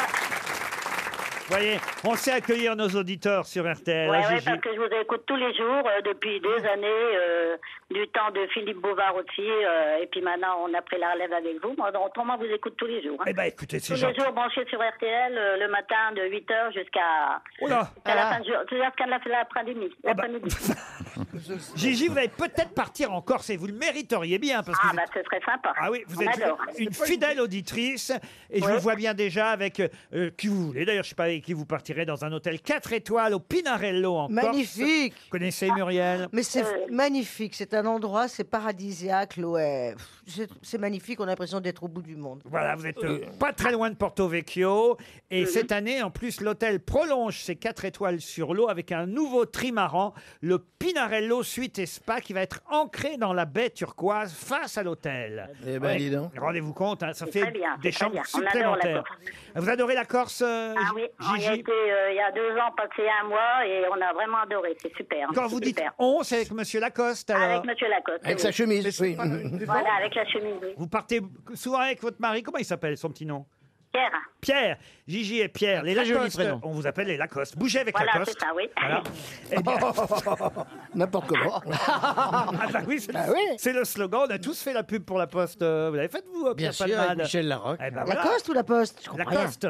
Vous voyez, on sait accueillir nos auditeurs sur RTL.
Ouais,
hein,
ouais,
Gigi.
parce que je vous écoute tous les jours euh, depuis des années, euh, du temps de Philippe Bouvard aussi, euh, et puis maintenant on a pris la relève avec vous. Moi, donc, autrement, vous écoute tous les jours. hein.
Eh ben, écoutez, c'est
tous les
gentil.
jours branché sur RTL euh, le matin de 8h jusqu'à
Oh là
jusqu'à la fin de jour- jusqu'à la- l'après-midi. l'après-midi.
Ah bah. (laughs) Gigi, vous allez peut-être partir en Corse et vous le mériteriez bien. Parce que
ah,
vous
bah,
êtes-
ce serait sympa.
Ah oui, vous
On
êtes
adore.
une fidèle auditrice et je vous vois bien déjà avec euh, qui vous voulez. D'ailleurs, je sais pas avec qui vous partirez dans un hôtel 4 étoiles au Pinarello en
Magnifique.
Corse. Connaissez Muriel
Mais
Euh,
c'est f- magnifique, c'est un endroit, c'est paradisiaque, l'eau est- pff, C'est c'est magnifique, on a l'impression d'être au bout du monde.
Voilà, vous êtes euh, pas très loin de Porto Vecchio. Et
Mhm.
cette année, en plus, l'hôtel prolonge ses 4 étoiles sur l'eau avec un nouveau trimaran, le Pinarello Suite et Spa, qui va être ancré dans la baie turquoise face à l'hôtel.
Eh ben, dis donc.
Rendez-vous compte, hein, ça
C'est
fait
très bien,
des
c'est très
chambres
bien. On adore la
supplémentaires. Vous adorez la Corse, euh,
Ah oui, on y a
Gigi
été euh, il y a deux ans, passé un mois, et on a vraiment adoré. C'est super.
Quand vous dites
super.
on, c'est avec Monsieur Lacoste. alors.
Avec Monsieur Lacoste. oui. (laughs) Voilà, avec la chemise, oui.
Vous partez souvent avec votre mari. Comment il s'appelle, son petit nom
Pierre.
Pierre, Gigi et Pierre, les
Ah, Très joli
Lacoste,
prénom.
on vous appelle les Lacoste. Bougez avec
Voilà,
Lacoste.
c'est ça, oui.
(laughs)
(laughs)
Voilà. Eh bien-
N'importe comment.
(laughs) Ah bah oui, c'est c'est le slogan. On a tous fait la pub pour la Poste. euh, Vous l'avez faite, vous,
Bien
Pierre
sûr,
Palmade
avec Michel Larocque.
Eh ben
La
voilà.
Coste ou la Poste Je
La
comprends rien.
Coste.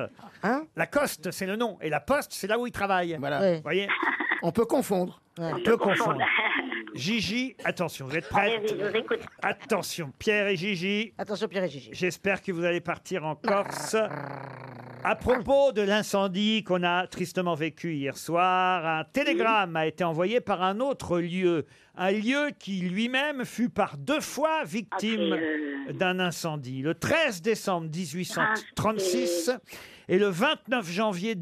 la Coste, c'est le nom. Et la Poste, c'est là où il travaille. Voilà.
Ouais.
Vous voyez
On peut confondre.
On peut confondre.
(laughs)
Gigi, attention, vous êtes prête
Allez-y, je vous écoute.
Attention, Pierre et Gigi.
Attention, Pierre et Gigi.
J'espère que vous allez partir en Corse. À propos de l'incendie qu'on a tristement vécu hier soir, un télégramme a été envoyé par un autre lieu, un lieu qui lui-même fut par deux
Ah,
fois victime
euh,
d'un incendie. Le 13 décembre 1836 et le 29 janvier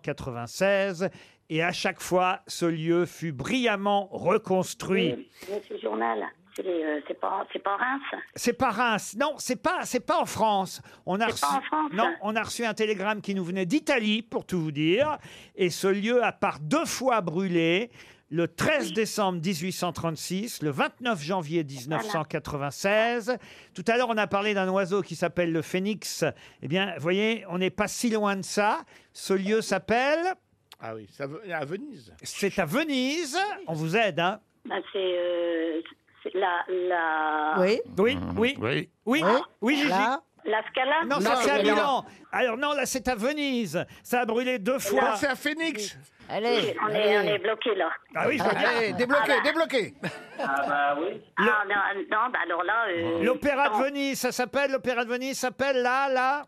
1996. Et à chaque fois, ce lieu fut brillamment reconstruit.
Mais ce journal, c'est les, euh, c'est pas, c'est pas Reims.
C'est pas Reims. Non, c'est pas, c'est pas en France. On a
C'est
reçu,
pas en France.
non, on a reçu un télégramme qui nous venait d'Italie, pour tout vous dire. Et ce lieu a par deux fois brûlé. Le 13 décembre 1836, le 29 janvier 1996. Tout à l'heure, on a parlé d'un oiseau qui s'appelle le phénix. Eh bien, vous voyez, on n'est pas si loin de ça. Ce lieu s'appelle.
Ah oui, ça ve- à Venise.
C'est à Venise. On vous aide, hein
Bah, c'est euh, c'est la, la.
Oui, oui, oui, oui, oui, Gigi.
La Scala.
Non, ça, c'est à Milan. Alors non, là c'est à Venise. Ça a brûlé deux fois.
là, c'est à
Phoenix.
Allez, on est, on est bloqué là.
Ah oui, je vois bien.
Allez, débloquez, Ah bah.
débloqué.
Ah bah oui. Ah non, non, bah alors là. Euh,
Oh. L'opéra de Venise, ça s'appelle l'opéra de Venise, ça s'appelle là, là.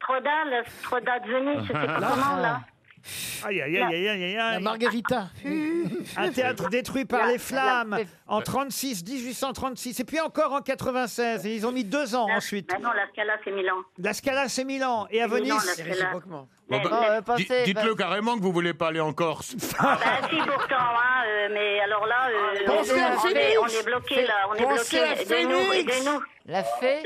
Trodal, Trodal de Venise,
(laughs)
je sais pas
Là.
comment là.
Aïe, aïe, aïe, aïe, aïe, aïe.
Margarita.
Un
(laughs)
théâtre détruit par
La-
les flammes
la-
en 36, 1836, et puis encore en 96. Et ils ont mis deux ans ensuite.
Ah non, la Scala, c'est Milan.
La Scala, c'est Milan. Et à
C'est Milan,
Venise.
la Scala.
Bon,
Oh,
bah,
euh,
Mais-
di-
mais-
Dites-le carrément que vous voulez pas aller en
(laughs)
Corse. Ah.
Bah si pourtant, hein, euh, mais alors là, euh,
Pensez
on,
à
on
Phoenix.
est, on est bloqué là, on est
Pensez à
bloqué. Aidez-nous,
Phoenix.
aidez-nous.
La fée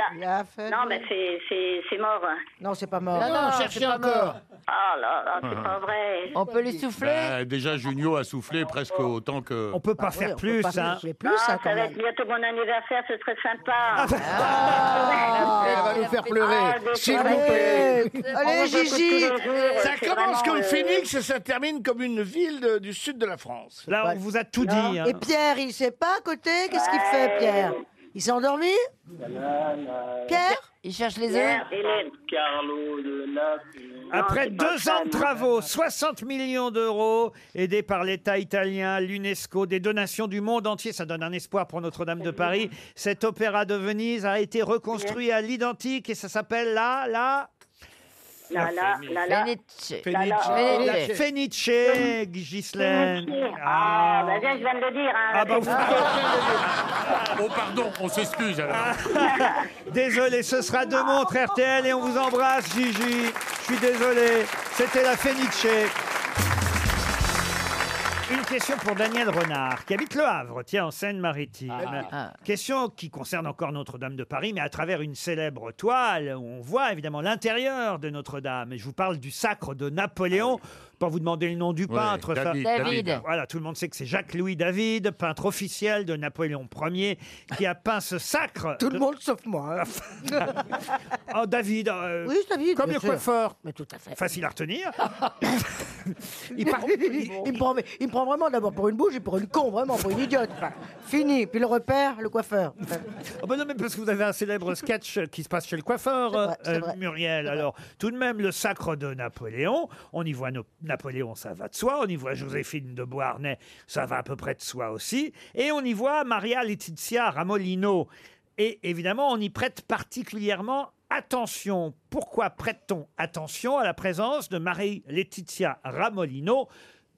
Non, mais c'est- c'est c'est mort. hein.
Non, c'est pas mort.
Non, non, cherchez
c'est pas
encore.
mort.
Ah là là, c'est pas vrai.
On peut lui souffler
Bah, déjà, Junio a soufflé presque autant que.
On
Ah
peut pas faire plus. hein. Ah,
Non, Ah, ça va être bientôt mon anniversaire, ce serait sympa.
Elle va nous faire
Ah,
pleurer,
des
s'il vous
soirées.
plaît.
On
Allez,
vous écoute
Gigi
tous les jours,
Ça
c'est
commence
vraiment,
comme
euh,
Phoenix et ça termine comme une ville de- du sud de la France.
Là, on vous a tout dit. hein.
Et Pierre, il sait pas à côté Qu'est-ce qu'il fait, Pierre Il s'est endormi Pierre
Il cherche les
œufs
Carlo de Naples.
Après deux ans de travaux, 60 millions d'euros aidés par l'État italien, l'UNESCO, des donations du monde entier, ça donne un espoir pour Notre-Dame de Paris. Cet opéra de Venise a été reconstruit à l'identique et ça s'appelle là, là.
la la la la.
Fenice.
La, la, oh, la,
Fenice. Fenice, Ghislaine.
Fenice. Ah, bah viens, je viens de le dire. Hein,
Ah, bah, vous-
Oh, pardon, on s'excuse alors.
(laughs) Désolé, ce sera deux montres RTL et on vous embrasse, Gigi. Je suis désolé. C'était la Fenice. Une question pour Daniel Renard, qui habite Le Havre, tiens, en Seine-Maritime.
Ah.
Question qui concerne encore Notre-Dame de Paris, mais à travers une célèbre toile où on voit évidemment l'intérieur de Notre-Dame. Et je vous parle du sacre de Napoléon,
Ah
pas vous demander le nom du
Ouais,
peintre. ça-
David, David. David.
Voilà, tout le monde sait que c'est Jacques-Louis David, peintre officiel de Napoléon Ier, qui a peint ce sacre. Tout le monde sauf moi. (laughs) oh, David. euh,
hein. Oui, David,
Comme
bien
le
sûr.
coiffeur.
Mais tout à fait.
Facile à retenir.
(laughs) Il, me prend, (laughs) il me prend vraiment d'abord pour une bouche et pour une con, vraiment, pour une idiote. Enfin, fini, puis le repère, le coiffeur.
Oh bah non, mais parce que vous avez un célèbre sketch qui se passe chez le coiffeur, euh, Muriel. Alors, tout de même, le sacre de Napoléon, on y voit No- Napoléon, ça va de soi, on y voit Joséphine de Beauharnais, ça va à peu près de soi aussi, et on y voit Maria Letizia Ramolino. Et évidemment, on y prête particulièrement attention. Pourquoi prête-t-on attention à la présence de Marie Letizia Ramolino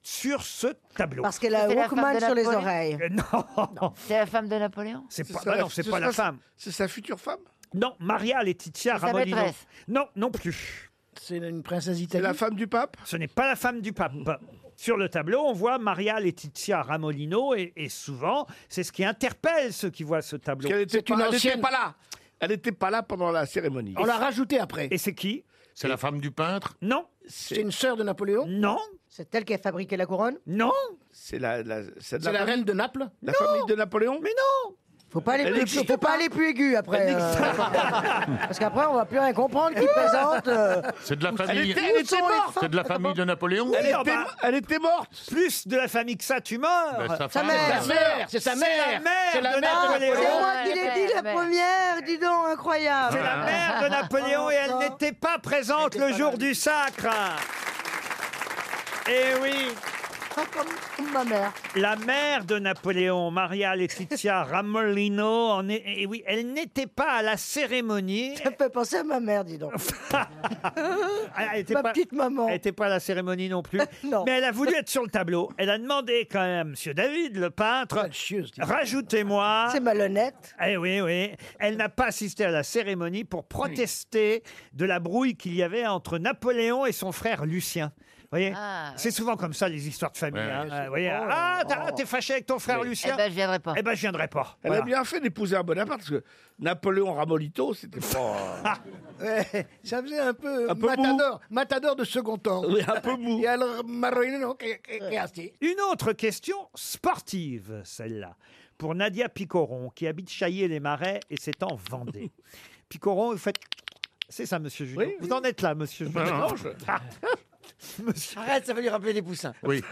sur ce tableau
Parce qu'elle a
C'est la femme
Walkman
de
sur les
Napoléon
oreilles.
Euh, Non,
C'est la femme de Napoléon
c'est pas,
sera
bah
la-
non, c'est
ce
pas la
sera-
femme.
C'est sa future femme
Non, Maria Letizia
C'est sa
Ramolino.
maîtresse.
Non, non plus.
C'est une princesse italienne.
La femme du pape
Ce n'est pas la femme du pape. Sur le tableau, on voit Maria Letizia Ramolino et, et souvent, c'est ce qui interpelle ceux qui voient ce tableau.
Parce qu'elle n'était pas, elle était pas là. Elle n'était pas là pendant la cérémonie.
On l'a
rajoutée après.
Et c'est qui
C'est la femme du peintre
Non.
C'est une sœur de Napoléon
Non.
C'est elle qui a fabriqué la couronne
Non.
C'est la, la, c'est de
C'est la
famille-
reine de Naples
La famille de Napoléon
Mais non
Faut pas aller
Elle
plus,
n'existe
faut pas aller plus aigu après.
Elle n'existe
euh, (laughs) parce qu'après, on va plus rien comprendre
(laughs)
qui présente. euh,
C'est de la
Où-
famille.
Elle était- elle était morte.
C'est de la famille de Napoléon.
Oui, oh bah, Plus de la famille que ça, tu meurs
Bah, sa Sa femme. mère.
Sa mère, c'est sa
C'est
mère.
la
C'est
mère
la
de
mère de
Napoléon
Napoléon. C'est moi qui l'ai dit la première, dis donc, incroyable. Ah. Oh,
C'est la mère de Napoléon
(laughs)
et elle n'était pas présente le jour du sacre. Eh oui.
Comme ma mère.
La mère de Napoléon, Maria
(laughs)
Letizia Ramolino, en est- eh oui, elle n'était pas à la cérémonie.
Ça me fait penser à ma mère, dis
(laughs)
donc.
Ah, Elle était
Ma
pas-
petite maman.
Elle n'était pas à la cérémonie
(laughs)
non plus. Mais elle a voulu être sur le tableau. Elle a demandé quand même, Monsieur David, le peintre, rajoutez-moi.
C'est malhonnête.
Eh oui, oui. Elle n'a pas assisté à la cérémonie pour protester de la brouille qu'il y avait entre Napoléon et son frère Lucien. Vous voyez
Ah,
C'est souvent comme ça les histoires de famille.
Ouais,
hein.
ouais,
Ah,
je-
vous voyez,
Oh,
ah,
oh.
t'as- t'es fâché avec ton frère
Oui.
Lucien
Eh ben, je viendrai pas.
Eh ben, je viendrai pas.
Elle
Voilà.
a bien fait d'épouser un Bonaparte, parce que Napoléon Ramolito, c'était
Ah.
pas...
Ouais, ça faisait un peu,
Un peu mou.
matador, matador de second temps.
Oui, un peu mou.
Et alors, Marino, qu'est- qu'est- qu'est-ce que c'est
Une autre question sportive, celle-là, pour Nadia Picoron, qui habite Chaillé-les-Marais et c'est en
(laughs)
Vendée. Picoron, vous faites. C'est ça, monsieur Junior.
Oui,
vous en êtes là, monsieur
Ben
Non,
(laughs) Junior.
non,
Ah,
Arrête, ça va lui rappeler les poussins.
(laughs)
Oui.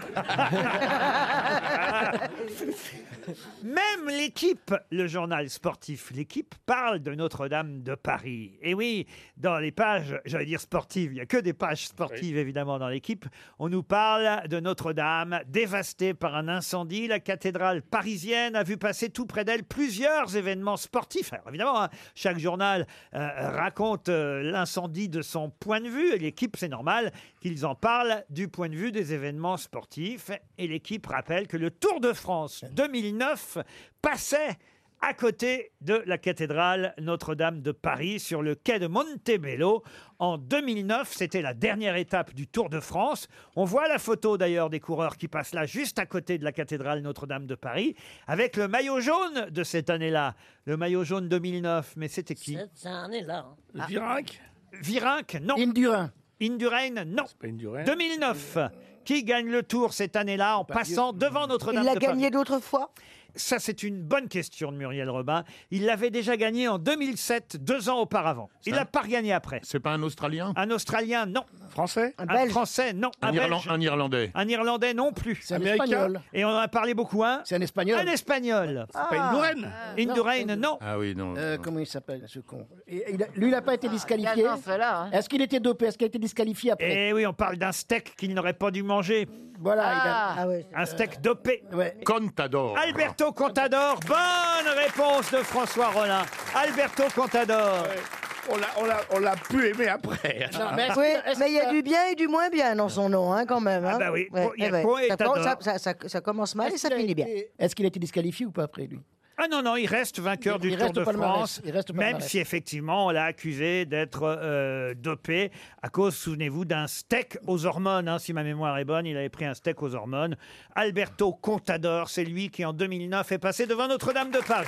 Même l'équipe, le journal sportif, l'équipe parle de Notre-Dame de Paris. Et oui, dans les pages, j'allais dire sportives, il n'y a que des pages sportives évidemment dans l'équipe, on nous parle de Notre-Dame dévastée par un incendie. La cathédrale parisienne a vu passer tout près d'elle plusieurs événements sportifs. Alors évidemment, hein, chaque journal euh, raconte euh, l'incendie de son point de vue. Et l'équipe, c'est normal qu'ils en parlent du point de vue des événements sportifs. Et l'équipe rappelle que le Tour de France 2009 passait à côté de la cathédrale Notre-Dame de Paris, sur le quai de Montebello. En 2009, c'était la dernière étape du Tour de France. On voit la photo d'ailleurs des coureurs qui passent là, juste à côté de la cathédrale Notre-Dame de Paris, avec le maillot jaune de cette année-là. Le maillot jaune 2009, mais c'était qui
Ça en est là.
Ah.
Virinque
Virinque, Ah. non. Indurain. Indurain, non. 2009. Qui gagne le tour cette année-là en passant devant Notre-Dame
Il l'a
de Paris
gagné d'autres fois
Ça, c'est une bonne question de Muriel Robin. Il l'avait déjà gagné en 2007, deux ans auparavant. Il
Ça-
l'a pas regagné après.
C'est pas un Australien
Un Australien, non.
Français
Un, Français, non.
Un, Irlan-
Belge,
un Irlandais.
un Irlandais, non plus.
un Américain Espagnol.
Et on en a parlé beaucoup, hein C'est un Espagnol. Un Espagnol.
C'est pas Indurain Ah.
Indurain, non.
Ah oui, non.
Euh, comment il s'appelle, ce con Et il a- Lui, il n'a pas été disqualifié.
non, ceux-là, hein.
Est-ce qu'il était dopé Est-ce qu'il a été disqualifié après
Eh oui, on parle d'un steak qu'il n'aurait pas dû manger.
Voilà. il a-
Ah.
Un steak dopé.
Contador.
Alberto
Ah
Contador, bonne réponse de François Rollin. Alberto Contador.
On l'a- on l'a- on l'a plus aimé après.
Ah.
Oui, mais il y a du bien et du moins bien dans son nom, hein, quand même. hein.
Ah bah oui,
Ouais,
il y a
ouais.
quoi et
ça,
t'as
com-
tort.
ça- ça- ça- ça commence mal et ça finit bien.
Est-ce qu'il a été disqualifié ou pas après lui
Ah non, non, il reste vainqueur
Il-
du
il
Tour
reste
de
au palmarès.
France,
Il reste au
même
palmarès.
si effectivement on l'a accusé d'être euh, dopé à cause, souvenez-vous, d'un steak aux hormones. hein, si ma mémoire est bonne, il avait pris un steak aux hormones. Alberto Contador, c'est lui qui en 2009 est passé devant Notre-Dame de Paris.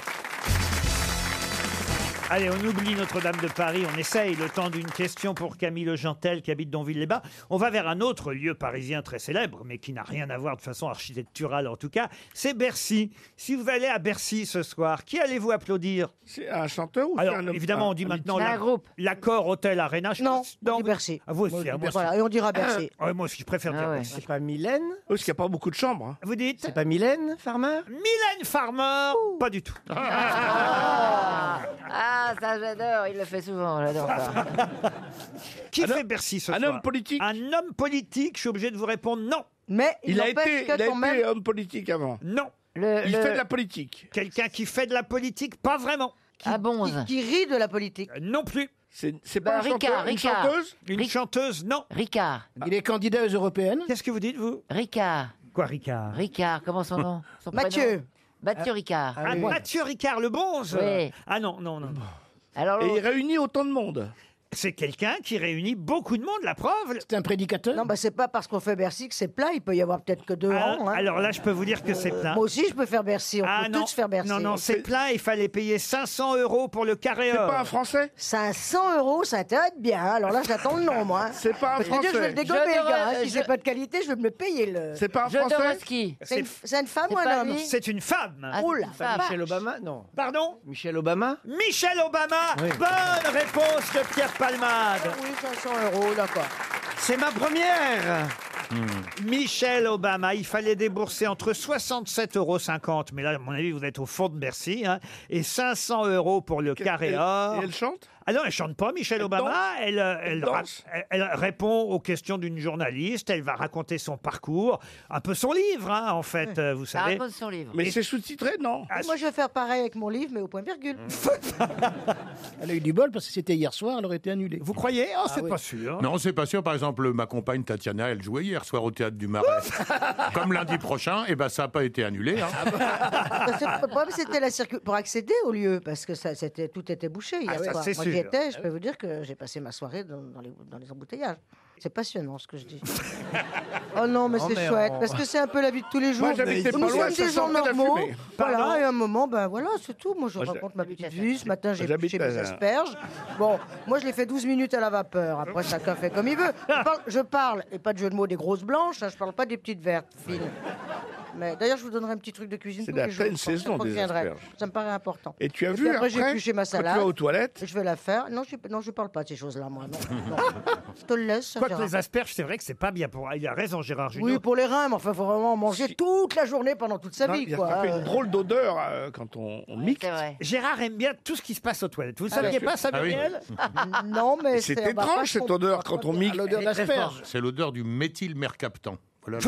Allez, on oublie Notre-Dame de Paris, on essaye le temps d'une question pour Camille Le Gentel qui habite Donville-les-Bains. On va vers un autre lieu parisien très célèbre, mais qui n'a rien à voir de façon architecturale en tout cas, c'est Bercy. Si vous allez à Bercy ce soir, qui allez-vous applaudir
C'est un chanteur ou
Alors,
c'est un homme- Ah,
évidemment, on dit
un-
maintenant
un
la-
groupe.
l'accord Hôtel Arena. Non, non, Bercy. Ah, vous aussi,
Moi, je
hein,
dis
moi aussi.
Bercy. Voilà, et on dira (coughs) Bercy.
Ah, ouais, moi aussi, je préfère dire Bercy.
C'est pas Mylène
Parce qu'il n'y a pas beaucoup de chambres. hein.
Vous dites
C'est pas Mylène Farmer
Mylène Farmer Pas du tout.
Ah, ça j'adore, il le fait souvent, j'adore ça.
(laughs) Qui fait Bercy ce
un
soir
homme politique
Un homme politique, je suis obligé de vous répondre non.
Mais
Il, a été, il a été homme politique avant.
Non.
il fait de la politique.
Quelqu'un qui fait de la politique, pas vraiment.
Qui, bonze.
qui- qui rit de la politique.
Non plus.
Euh, C'est pas un chanteur, une chanteuse
Une chanteuse, non.
Ricard.
Il est candidat aux européennes.
Qu'est-ce que vous dites, vous
Ricard.
Quoi, Ricard
Ricard, comment son nom son
Mathieu.
prénom Mathieu Ricard.
Ah, Mathieu Ricard, le bonze
Oui.
Ah non, non, non.
Alors,
Et il réunit autant de monde.
C'est
Hein
quelqu'un qui réunit beaucoup de monde, la preuve.
C'est un prédicateur
Non, bah c'est pas parce qu'on fait Bercy que c'est plat. Il peut y avoir peut-être que deux
Ah,
ans. hein.
Alors là, je peux vous dire que c'est plein.
Moi aussi, je peux faire Bercy. On
Ah
peut
non,
tous faire Bercy.
non, non, c'est plein. Il fallait payer 500 euros pour le carré or.
Français
500 euros, ça t'aide bien. hein. Alors là, j'attends le nombre. hein.
(laughs) C'est pas un
Parce que
Français.
Je vais le
Je
dégommer, le gars. hein.
devrais-
Si
je-
j'ai pas de qualité, je vais me le payer. Le...
C'est pas un Français
Jodorowsky.
C'est une, c'est une femme
C'est
ou un
pas
homme
lui
C'est une femme.
Ah,
Oh
c'est
la
une femme.
vache.
Michel Obama Non.
Pardon
Michel Obama
Michel Obama.
Oui.
Bonne réponse de Pierre Palmade.
Ah
Oui, 500 euros, d'accord.
C'est ma première
Hmm.
Michel Obama, il fallait débourser entre 67,50 euros, mais là, à mon avis, vous êtes au fond de Bercy, hein, et 500 euros pour le carré
Et-
or.
Et elle chante
Ah non, elle chante pas, Michel Obama.
danse
Elle, euh, elle,
Elle
ra-
danse
elle- elle répond aux questions d'une journaliste. Elle va raconter son parcours, un peu son livre, hein, en fait, euh, vous
Ça
savez.
raconte son livre.
Mais c'est sous-titré, non
Ah,
Moi, je vais faire pareil avec mon livre, mais au point virgule.
Elle a eu du bol parce que c'était hier soir, elle aurait été annulée.
Vous croyez
Ah
Oh, c'est
oui.
pas sûr.
Non, c'est pas sûr. Par exemple, ma compagne Tatiana, elle jouait hier soir au théâtre du Marais. Comme lundi prochain, et ben ça n'a pas été annulé. hein.
Parce que le problème, c'était la circu- pour accéder au lieu, parce que ça, c'était, tout était bouché. hier
Ah, ça,
soir.
c'est
Moi, j'y
sûr.
étais, je peux vous dire que j'ai passé ma soirée dans, dans les, dans les embouteillages. C'est passionnant ce que je dis. oh non, mais
Non,
c'est
mais
chouette,
on-
parce que c'est un peu la vie de tous les jours.
Moi, j'habitais pas
Nous
loin,
sommes
ça
des gens
sentait la
normaux.
fumée.
Pardon
Voilà, et à un moment, ben voilà, c'est tout. Moi, je
Moi, je-
raconte ma petite vie. Ce matin, j'ai
J'habite
pêché mes
à-
asperges. Bon, moi, je les fais 12 minutes à la vapeur. Après, chacun fait comme il veut. Je parle, je parle, et pas de jeu de mots, des grosses blanches. hein, je parle pas des petites vertes fines. Mais d'ailleurs, je vous donnerai un petit truc de cuisine.
C'est
tous les
la
jours,
pleine
je pense,
saison
ça
des
reviendrait.
asperges.
Ça me paraît important.
Et tu as
Et
vu hein,
puis après,
après,
j'ai épluché ma
quand tu
salade.
vas aux toilettes
Je vais la faire. Non, je ne parle pas de ces choses-là, moi. Non, non. je te le laisse. ça
Quoique
verra.
Ah, les asperges, c'est vrai que c'est pas bien pour. Il a raison, Gérard Junior.
Oui, pour les reins, mais enfin, faut vraiment en manger toute la journée pendant toute sa
Non,
vie,
il y a-
quoi.
ça fait
hein.
une drôle d'odeur euh, quand on, on mixe.
C'est vrai.
Gérard aime bien tout ce qui se passe aux toilettes. Vous ne
Ah,
saviez
bien
pas ça,
Ah oui.
Muriel
Non, mais
C'est
on va pas
étrange cette
comprendre.
odeur quand on mixe.
L'odeur d'asperge.
C'est l'odeur du méthylmercaptan. Voilà.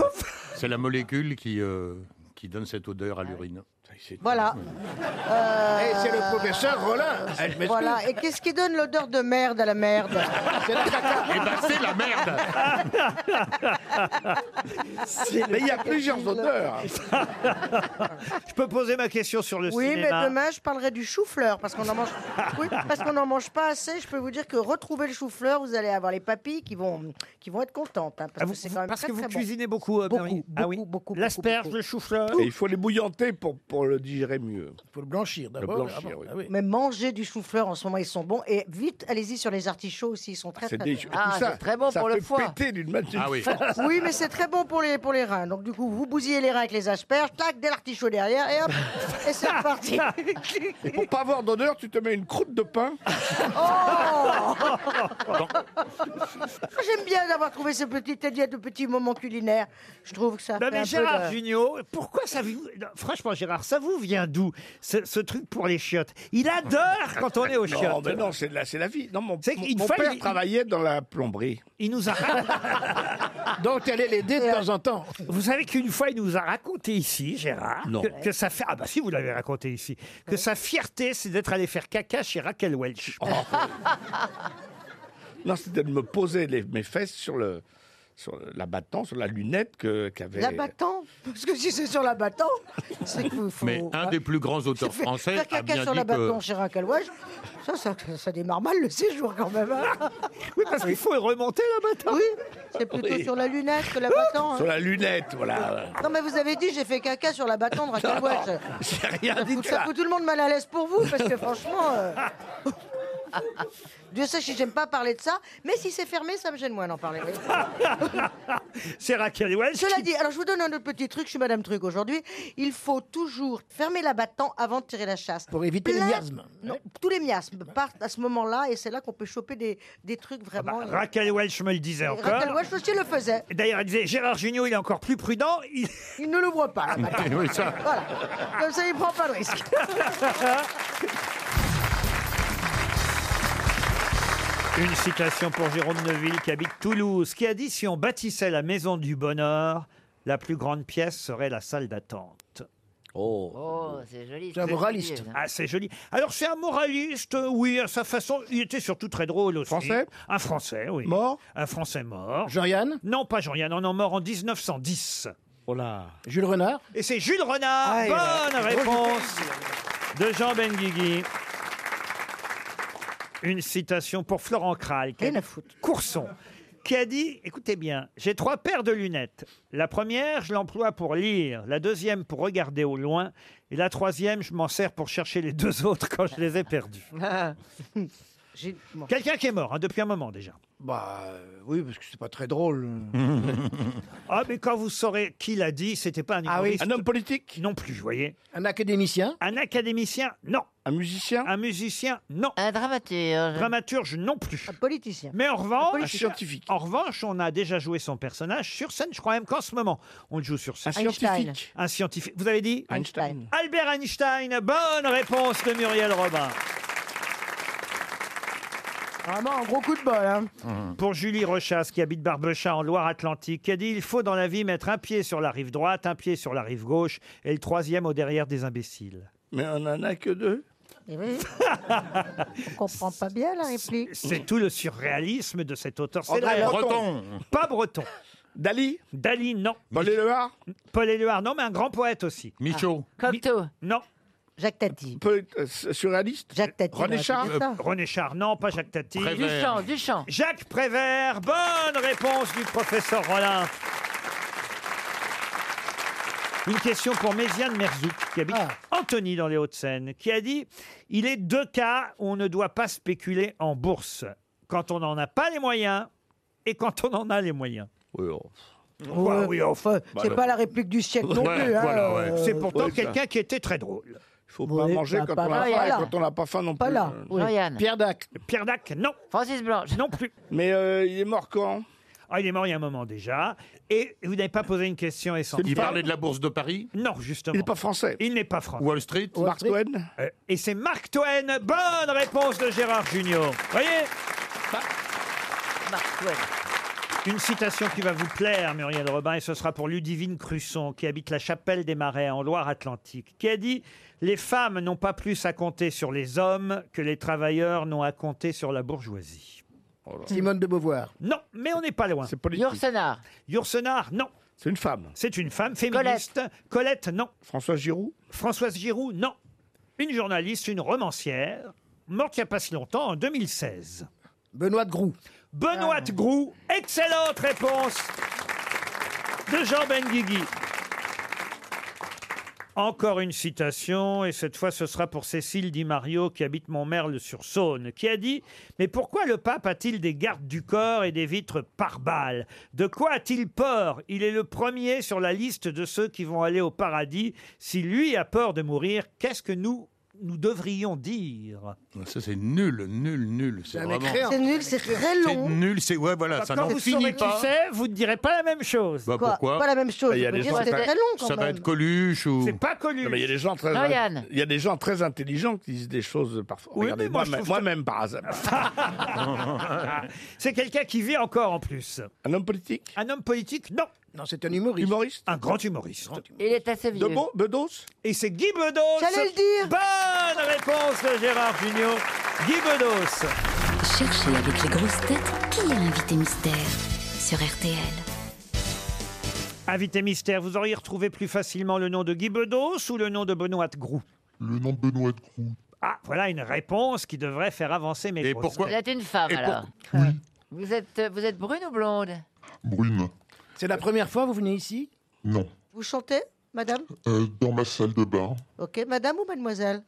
c'est la molécule qui, euh, qui donne cette odeur à l'urine.
Voilà. Euh,
Eh, c'est le professeur Rollin.
Eh, je m'excuse.
Voilà. Et qu'est-ce qui donne l'odeur de merde à la merde
C'est la caca.
Eh ben c'est la merde
(laughs)
Mais il y a plusieurs odeurs.
Je peux poser ma question sur le
Oui, mais
cinéma.
demain, je parlerai du chou-fleur parce qu'on en mange. (laughs) Oui, parce qu'on n'en mange pas assez. Je peux vous dire que retrouver le chou-fleur, vous allez avoir les papilles qui vont, qui vont être contentes. hein, parce
Ah, vous-
que c'est quand même
parce
très,
que vous
très bon.
cuisinez beaucoup, euh,
Beaucoup,
Marie. ah oui.
beaucoup, beaucoup,
L'asperge,
beaucoup.
le chou-fleur.
Et il faut les bouillanter pour, pour le digérer mieux.
Il faut le blanchir d'abord.
blanchir,
avant.
bah, oui.
Ah oui.
Mais manger du chou-fleur en ce moment, ils sont bons. Et vite, allez-y sur les artichauts aussi, ils sont très
C'est
très
délicieux.
bons.
Ah,
Tout ça,
c'est très bon
ça
pour le
fait
foie.
péter d'une manière-
Ah
(laughs)
oui.
(laughs) Oui, mais c'est très bon pour les, pour les reins. Donc, du coup, vous bousillez les reins avec les asperges, tac, des artichauts derrière, et hop, et c'est
(laughs)
reparti. (laughs)
Et pour pas avoir d'odeur, tu te mets une croûte de pain.
Oh J'aime bien d'avoir trouvé ce petit télé de petits moments culinaires. Je trouve que ça
Non
fait un
mais
peu
Gérard
de-
Junior, pourquoi ça vous... non, Franchement Gérard, ça vous vient d'où ce, ce truc pour les chiottes Il adore quand on est aux
Non,
chiottes.
mais non, c'est la, c'est la vie. Non, mon,
C'est
mon-
qu'il
mon
fallait-
père travaillait dans la plomberie.
Il nous a Donc, elle est l'aider de temps en temps. Vous savez qu'une fois, il nous a raconté ici, Gérard,
Non.
Que, que sa fi- Ah, bah si, vous l'avez raconté ici. Que sa fierté, c'est d'être allé faire caca chez Raquel Welch.
Non, c'était de me poser les- mes fesses sur le sur l'abattant, sur la lunette que qu'avait.
L'abattant Parce que si c'est sur l'abattant, c'est que vous faut...
Mais un des plus grands auteurs
Faire-
français
Faire
a
caca
bien
sur
dit
l'abattant
que...
chez Raquel Welch, ça, ça, ça démarre mal le séjour quand même. hein.
(laughs) oui, parce qu'il faut remonter l'abattant.
Oui, c'est plutôt
Oui.
sur la lunette que l'abattant. hein.
Sur la lunette, voilà.
Non, mais vous avez dit, j'ai fait caca sur l'abattant de Raquel
Non, non,
Welch.
(laughs) J'ai rien dit de
Ça
ça.
fout tout le monde mal à l'aise pour vous, parce que franchement. euh, Dieu sait si j'aime pas parler de ça, mais si c'est fermé, ça me gêne moins d'en
(laughs)
parler. oui.
C'est Raquel Welch.
Cela dit, alors je vous donne un autre petit truc, je suis Madame Truc aujourd'hui. Il faut toujours fermer l'abattant avant de tirer la chasse. Pour
éviter les miasmes.
Non, tous les miasmes partent à ce moment-là et c'est là qu'on peut choper des, des trucs vraiment. euh,
Raquel Welch me le disait
Et
Ah bah, encore.
Raquel Welch aussi le faisait.
D'ailleurs, elle disait Gérard Jugnot, il est encore plus prudent. Il,
ne le voit
(laughs)
pas. l'abattant.
Oui, ça.
Voilà. Comme ça, il prend pas de
(laughs)
risque.
Une citation pour Jérôme Neuville qui habite Toulouse, qui a dit Si on bâtissait la maison du bonheur, la plus grande pièce serait la salle d'attente. Oh,
Oh, c'est joli. joli, hein.
Ah, c'est joli. Alors, c'est un moraliste, euh, oui, à sa façon. Il était surtout très drôle aussi.
Français
Un Français, oui. (laughs) Mort Un Français mort. Jean-Yann Non, pas Jean-Yann, non, non, mort en 1910. Oh là
Jules Renard
Et c'est Jules Renard
Ah, il a-
Bonne réponse de Jean Benguigui. Une citation pour Florent Kral, qui a- Courson, qui a dit Écoutez bien, j'ai trois paires de lunettes. La première, je l'emploie pour lire. La deuxième, pour regarder au loin. Et la troisième, je m'en sers pour chercher les deux autres quand je les ai perdues. Quelqu'un qui est mort, hein, depuis un moment déjà.
Bah euh, oui, parce que c'est pas
(laughs)
très drôle.
ah, mais quand vous saurez qui l'a dit, c'était pas un
Ah oui.
humoriste.
Un homme
politique Non plus, vous voyez.
Un académicien
Un académicien, non. Un musicien Un musicien, non.
Un dramaturge
Dramaturge, non plus. Un
politicien.
Mais en revanche,
politicien. scientifique.
En revanche, on a déjà joué son personnage sur scène. Je crois même qu'en ce moment, on le joue sur scène.
Un Einstein. scientifique.
Un scientifique. Vous avez dit
Einstein.
Albert Einstein. Bonne réponse de Muriel Robin.
Vraiment un gros coup de bol. Hein.
Mhm. Pour Julie Rochas, qui habite Barbechat en Loire-Atlantique, qui a dit Il faut dans la vie mettre un pied sur la rive droite, un pied sur la rive gauche et le troisième au derrière des imbéciles.
Mais on en a que deux.
Eh
(laughs)
oui. On comprend pas bien la réplique.
C'est tout le surréalisme de cet auteur. C'est
André
la-
Breton.
Pas breton. Dali Dali, non. Paul Éluard Paul Éluard, non, mais un grand poète aussi.
Michaud.
Cocteau Non.
Jacques Tati.
euh,
surréaliste
Jacques Tati.
René
on a
Char
dit ça.
Euh, René Char, non, pas Jacques Tati.
Prévert. Duchamp, Duchamp.
Jacques Prévert, bonne réponse du professeur Rollin. Une question pour Méziane Merzouk, qui habite
Ah.
Antony dans les Hauts-de-Seine, qui a dit « Il est deux cas où on ne doit pas spéculer en bourse. Quand on n'en a pas les moyens et quand on en a les moyens.
Ouais,
oui, enfin,
Bah, c'est non. pas la réplique du siècle non plus, hein, euh,
C'est pourtant
ouais, ça.
quelqu'un qui était très drôle.
Il faut pas
Oui,
manger
bah,
quand
pas
on a
là.
faim et
Voilà.
quand on n'a pas faim non
Pas
plus. Euh,
là. Oui. Jean-Yann.
Pierre Dac.
Pierre Dac, non.
Francis Blanche.
Non plus.
Mais euh, il est mort quand
Ah, il est mort il y a un moment déjà. Et vous n'avez pas posé une question essentielle.
Il parlait de la Bourse de Paris
Non, justement.
Il n'est pas
français. Il n'est pas français.
Wall Street
Mark Twain Et c'est Mark Twain. Bonne réponse de Gérard Junior. Voyez
Bah.
Marc Twain.
Une citation qui va vous plaire, Muriel Robin, et ce sera pour Ludivine Crusson, qui habite la Chapelle des Marais en Loire-Atlantique, qui a dit Les femmes n'ont pas plus à compter sur les hommes que les travailleurs n'ont à compter sur la bourgeoisie.
Oh
Simone de Beauvoir.
Non, mais on n'est pas loin. C'est
politique. Yourcenar.
Yourcenar, non. C'est une femme. C'est une femme féministe. Colette, non. Françoise Giroud. Françoise Giroud, non. Une journaliste, une romancière, morte il n'y a pas si longtemps, en 2016. Benoît de Groux. Benoît de Groux, excellente réponse de Jean Benguigui. Encore une citation, et cette fois ce sera pour Cécile Di Mario qui habite Montmerle-sur-Saône, qui a dit « Mais pourquoi le pape a-t-il des gardes du corps et des vitres par balles De quoi a-t-il peur Il est le premier sur la liste de ceux qui vont aller au paradis. Si lui a peur de mourir, qu'est-ce que nous, nous devrions dire.
Ça, c'est nul, nul, nul. C'est
C'est un
vraiment...
écréant. C'est nul, c'est très
C'est
long.
nul, c'est. Ouais, voilà, ça
quand
n'en
vous
finit
saurez qui
pas.
c'est, vous ne direz pas la même chose.
Bah, pourquoi
Il y a des gens
ça- Ça va être Coluche ou.
C'est pas Coluche.
Non, mais il y a des gens très,
Non, Yann.
il y a des gens très intelligents qui disent des choses parfois.
Oui,
Regardez,
mais moi,
moi,
je
moi-
trouve
moi-même par hasard.
(laughs) C'est quelqu'un qui vit encore en plus.
Un homme politique
Un homme politique, non.
Non, c'est un humoriste.
Un grand humoriste.
Il est assez vieux.
De bon,
Bedos
Et c'est Guy Bedos.
J'allais le
dire. Bonne réponse de Gérard Junior. Guy Bedos.
Cherchez avec les grosses têtes qui est l'invité mystère sur RTL.
Invité mystère, vous auriez retrouvé plus facilement le nom de Guy Bedos ou le nom de Benoît de Groux
Le nom de Benoît de Groux.
Ah, voilà une réponse qui devrait faire avancer mes Et
Vous êtes une femme, alors. Ah. Vous êtes, euh, vous êtes brune ou blonde
Brune,
C'est la première fois que vous venez ici
non.
Vous chantez, madame
Euh, dans ma salle de bain,
Ok, madame ou mademoiselle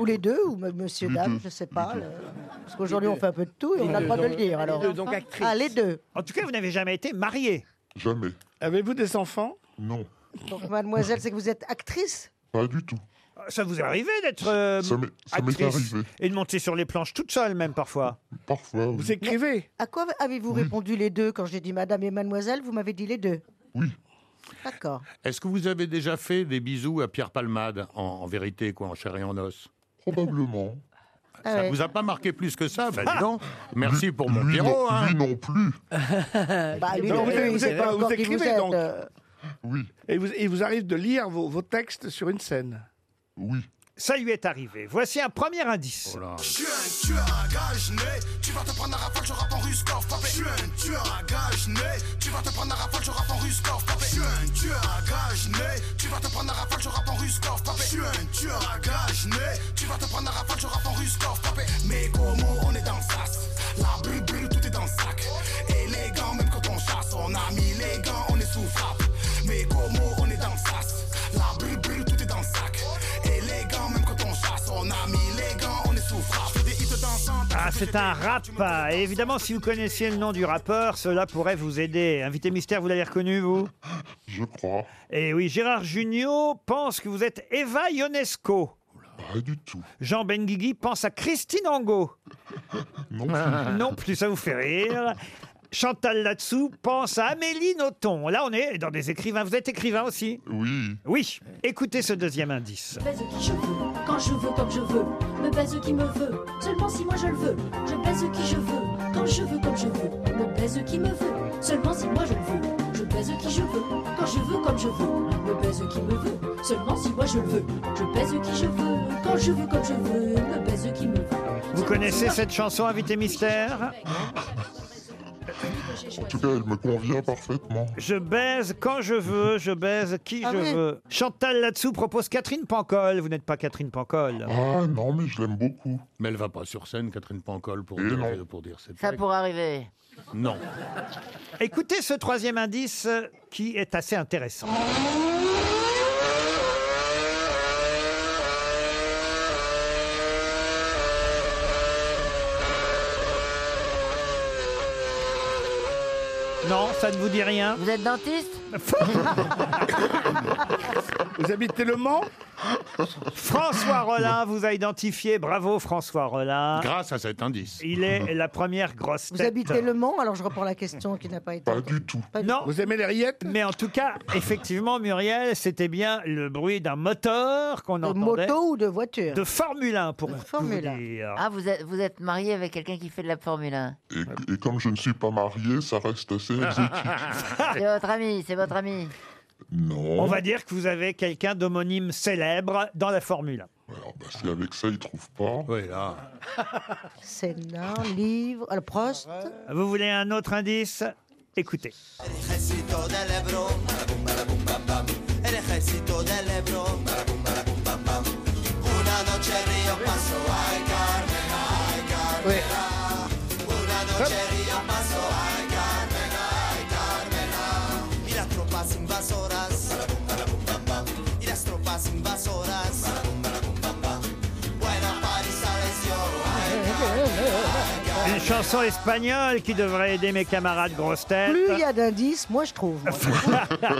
Ou les deux, ou m- monsieur, dame, je sais pas. là. Parce qu'aujourd'hui,
Les
on
deux.
fait un peu de tout et on
Les
a le
deux,
droit de
donc-
le dire.
les
Alors.
deux, donc actrice.
Ah, les deux.
En tout cas, vous n'avez jamais été marié.
jamais.
Avez-vous des enfants
Non,
Donc, mademoiselle, c'est que vous êtes actrice
pas du tout.
Ça vous est arrivé d'être euh,
Ça m'est- ça m'est
actrice
arrivé.
et de monter sur les planches toute seule, même parfois
Parfois. Vous
écrivez
À quoi avez-vous répondu les deux quand j'ai dit madame et mademoiselle Vous m'avez dit les deux.
Oui.
D'accord.
Est-ce que vous avez déjà fait des bisous à Pierre Palmade, en, en vérité, quoi, en chair et en os
Probablement.
Ah
Ça
ouais.
vous a pas marqué plus que ça Bah dis donc, merci pour mon
Lui
Pierrot.
non,
hein.
lui
(laughs)
non plus.
Bah, lui,
Non,
le-
vous,
lui,
vous
c'est
êtes-
pas
vous
encore qui
écrivez
êtes,
donc.
euh,
Oui.
Et vous, il vous arrive de lire vos, vos textes sur une scène
Oui.
Ça lui est arrivé. Voici un premier indice.
Je suis un tueur à gage né, tu vas te prendre un rafale, je rappe en russe corps frappé. Je suis un tueur à gage né, tu vas te prendre un rafale, je rappe en russe corps frappé. Je suis un tueur à gage né, tu vas te prendre un rafale, je rappe en russe corps frappé. Je suis un tueur à gage né, tu vas te prendre un rafale, je rappe en russe corps frappé. Mais comment on est dans le sas, la brûle brûle, tout est dans le sac. Élégant même quand on chasse, on a mis les gants, on est sous frappe. Mais comment on est dans le sas, la brûle brûle, tout est dans le sac. Élégant même quand on chasse, on a mis les gants, on est sous frappe. Je fais des hits dansants.
Ah, c'est un rap. Et évidemment, si vous connaissiez le nom du rappeur, cela pourrait vous aider. Invité mystère, vous l'avez reconnu, vous
Je crois.
Et oui, Gérard Junior pense que vous êtes Eva Ionesco.
Pas du tout.
Jean Benguigui pense à Christine Angot.
(laughs) Non
plus. Non plus, ça vous fait rire. Chantal Latsou pense à Amélie Nothomb. Là, on est dans des écrivains. Vous êtes écrivain aussi
Oui.
Oui. Écoutez ce deuxième indice.
Je baise qui je veux, quand je veux, comme je veux. Me baise qui me veut, seulement si moi je le veux. Je baise qui je veux, quand je veux, comme je veux. Me baise qui me veut, seulement si moi je le veux. Je baise qui je veux, quand je veux, comme je veux. Me baise qui me veut, seulement si moi je le veux. Je baise qui je veux, quand je veux, comme je veux. Me baise qui me veut.
Vous connaissez cette chanson, Invité Mystère
En tout cas, elle me convient parfaitement.
Je baise quand je veux, je baise qui
Ah
je
oui.
veux. Chantal là-dessous propose Catherine Pancol. Vous n'êtes pas Catherine Pancol.
Ah non, mais je l'aime beaucoup.
Mais elle va pas sur scène, Catherine Pancol, pour,
Et
dire,
non.
pour dire cette
Ça
blague.
pourrait arriver.
Non.
Écoutez ce troisième indice euh, qui est assez intéressant. Non, ça ne vous dit rien.
Vous êtes dentiste
(laughs) Vous habitez Le Mans
François Rollin vous a identifié. Bravo François Rollin.
Grâce à cet indice.
Il est la première grosse tête.
Vous habitez Le Mans, alors je reprends la question qui n'a pas été.
du tout.
Non.
Vous aimez les rillettes
Mais en tout cas, effectivement, Muriel, c'était bien le bruit d'un moteur qu'on
De
entendait.
moto ou de voiture
De Formule 1, pour tout
Formule
vous
1.
dire.
Ah, vous êtes, vous êtes marié avec quelqu'un qui fait de la Formule 1.
Et, et comme je ne suis pas marié, ça
(laughs)
reste assez exotique.
C'est
Ah.
votre ami, c'est votre ami.
Non.
(laughs) On va dire que vous avez quelqu'un d'homonyme célèbre dans la Formule
Bah,
1.
si avec ça, il trouve pas.
Oui, là.
C'est un livre. Alors, Prost
Vous voulez un autre indice Écoutez.
Ejército del Ebro, barabum, barabum, bam, bam. El ejército del Ebro, barabum, barabum, bam, bam. Una noche Río pasó, ay Carmen, ay Carmen. Una noche Río pasó, ay Carmen, ay Carmen. Y las tropas invasoras, barabum, barabum, bam, bam. Y las tropas invasoras, barabum, barabum, bam, bam. Buena paliza les dio, ay Carmen, ay Carmen.
Une chanson espagnole qui devrait aider mes camarades grosses têtes.
Plus il y a d'indices, moi je trouve. moi.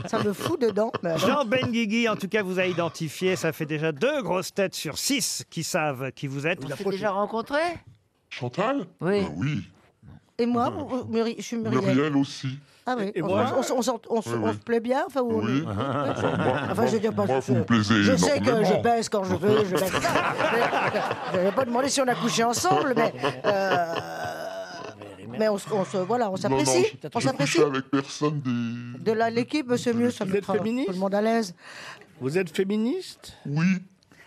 (laughs)
Ça me fout dedans. mais alors.
Jean Benguigui, en tout cas, vous a identifié. Ça fait déjà deux grosses têtes sur six qui savent qui vous êtes.
Vous déjà rencontré
Chantal
Oui.
Ben oui.
Et moi, vous- vous- Muri- je suis Muriel.
Muriel aussi.
Ah oui.
Et
on,
moi
on- on s'en- on se-
Oui,
on
oui.
se plaît bien. Enfin, vous-
Oui. (laughs) Enfin, moi,
(laughs) Enfin, je veux dire,
moi,
parce
vous me
que
plaisez
je sais que
énormément.
je baisse quand je veux. Je baisse.
(laughs)
Je n'avais pas demandé si on a couché ensemble, mais. euh, mais on, se- on se, voilà, on
Non, non,
s'apprécie.
j'ai-
On
j'ai
s'apprécie.
couché avec personne des...
De la- l'équipe, c'est mieux, ça me prend tout le monde à l'aise.
Vous êtes féministe
Oui.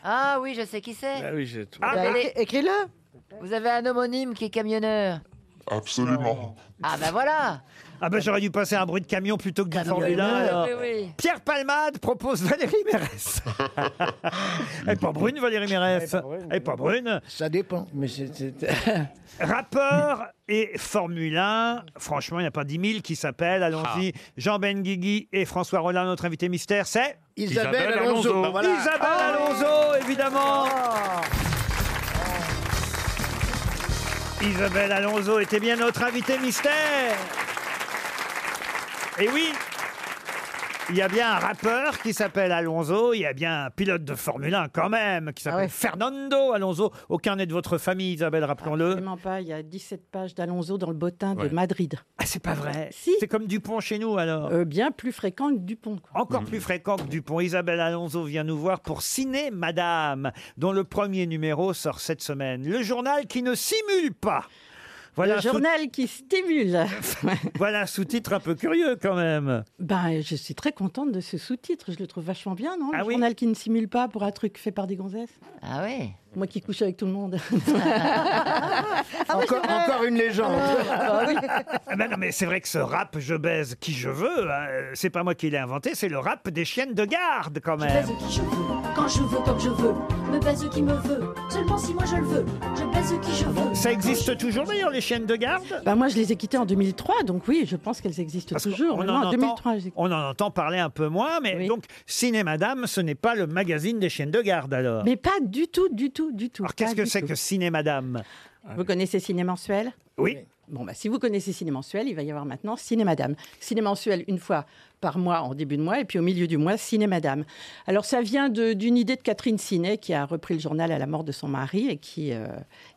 Ah oui, je sais qui c'est.
Ah oui, j'ai
Vous avez-
Écris-le.
Vous avez un homonyme qui est camionneur.
Absolument.
Ah ben voilà.
Ah ben j'aurais dû passer un bruit de camion plutôt que de Formule un, alors.
Ah, Oui, oui.
(laughs) Pierre Palmade propose Valérie Mérès. Elle est pas brune, Valérie Mérès. Elle est pas brune.
(laughs) Ça dépend, mais c'est. c'est-
Rappeur et Formule 1. Franchement, il n'y a pas 10 000 qui s'appellent.
Ah.
Allons-y. Jean Benguigui et François Rollin, notre invité mystère, c'est
Isabelle Isabelle Alonso, Alonso. voilà. Ah.
Isabelle Alonso, évidemment. Isabelle Alonso était bien notre invitée mystère. Et oui, il y a bien un rappeur qui s'appelle Alonso, il y a bien un pilote de Formule 1 quand même
Ah
qui s'appelle Fernando Alonso. Aucun n'est de votre famille, Isabelle, rappelons-le.
Absolument pas. Il y a 17 pages d'Alonso dans le bottin
Ouais.
de Madrid.
Ah, c'est pas vrai. C'est comme Dupont chez nous alors.
Euh, bien plus fréquent que Dupont.
Encore plus fréquent que Dupont. Isabelle Alonso vient nous voir pour Ciné Madame, dont le premier numéro sort cette semaine. Le journal qui ne simule pas. Voilà
le
un sous-
journal qui stimule.
(laughs) voilà un sous-titre un peu curieux quand même.
ben, je suis très contente de ce sous-titre. Je le trouve vachement bien, non
Ah
Le journal qui ne simule pas pour un truc fait par des gonzesses.
Ah oui.
Moi qui couche avec tout le monde. (laughs)
encore, encore une légende. (laughs)
bah
Ah ben non, mais c'est vrai que ce rap Je baise qui je veux, hein, euh, c'est pas moi qui l'ai inventé, c'est le rap des chiennes de garde quand
Je
même.
baise qui je veux, quand je veux, comme je veux. Me baise qui me veut, seulement si moi je le veux. Je baise qui je veux.
Ça existe toujours d'ailleurs les chiennes de garde
Bah moi je les ai quittées en 2003, donc oui, je pense qu'elles existent
Parce
toujours.
qu'on
Non,
en,
en
entend,
2003, je les ai-
on en entend parler un peu moins, mais donc Ciné Madame, ce n'est pas le magazine des chiennes de garde alors.
Mais pas du tout, du tout, du tout.
Alors qu'est-ce que c'est que Ciné Madame
Vous connaissez Ciné Mensuel
Oui.
Bon, bah, si vous connaissez Ciné Mensuel, il va y avoir maintenant Ciné Madame. Ciné Mensuel, une fois par mois, en début de mois, et puis au milieu du mois, Ciné Madame. Alors, ça vient de- d'une idée de Catherine Ciné, qui a repris le journal à la mort de son mari et qui, euh,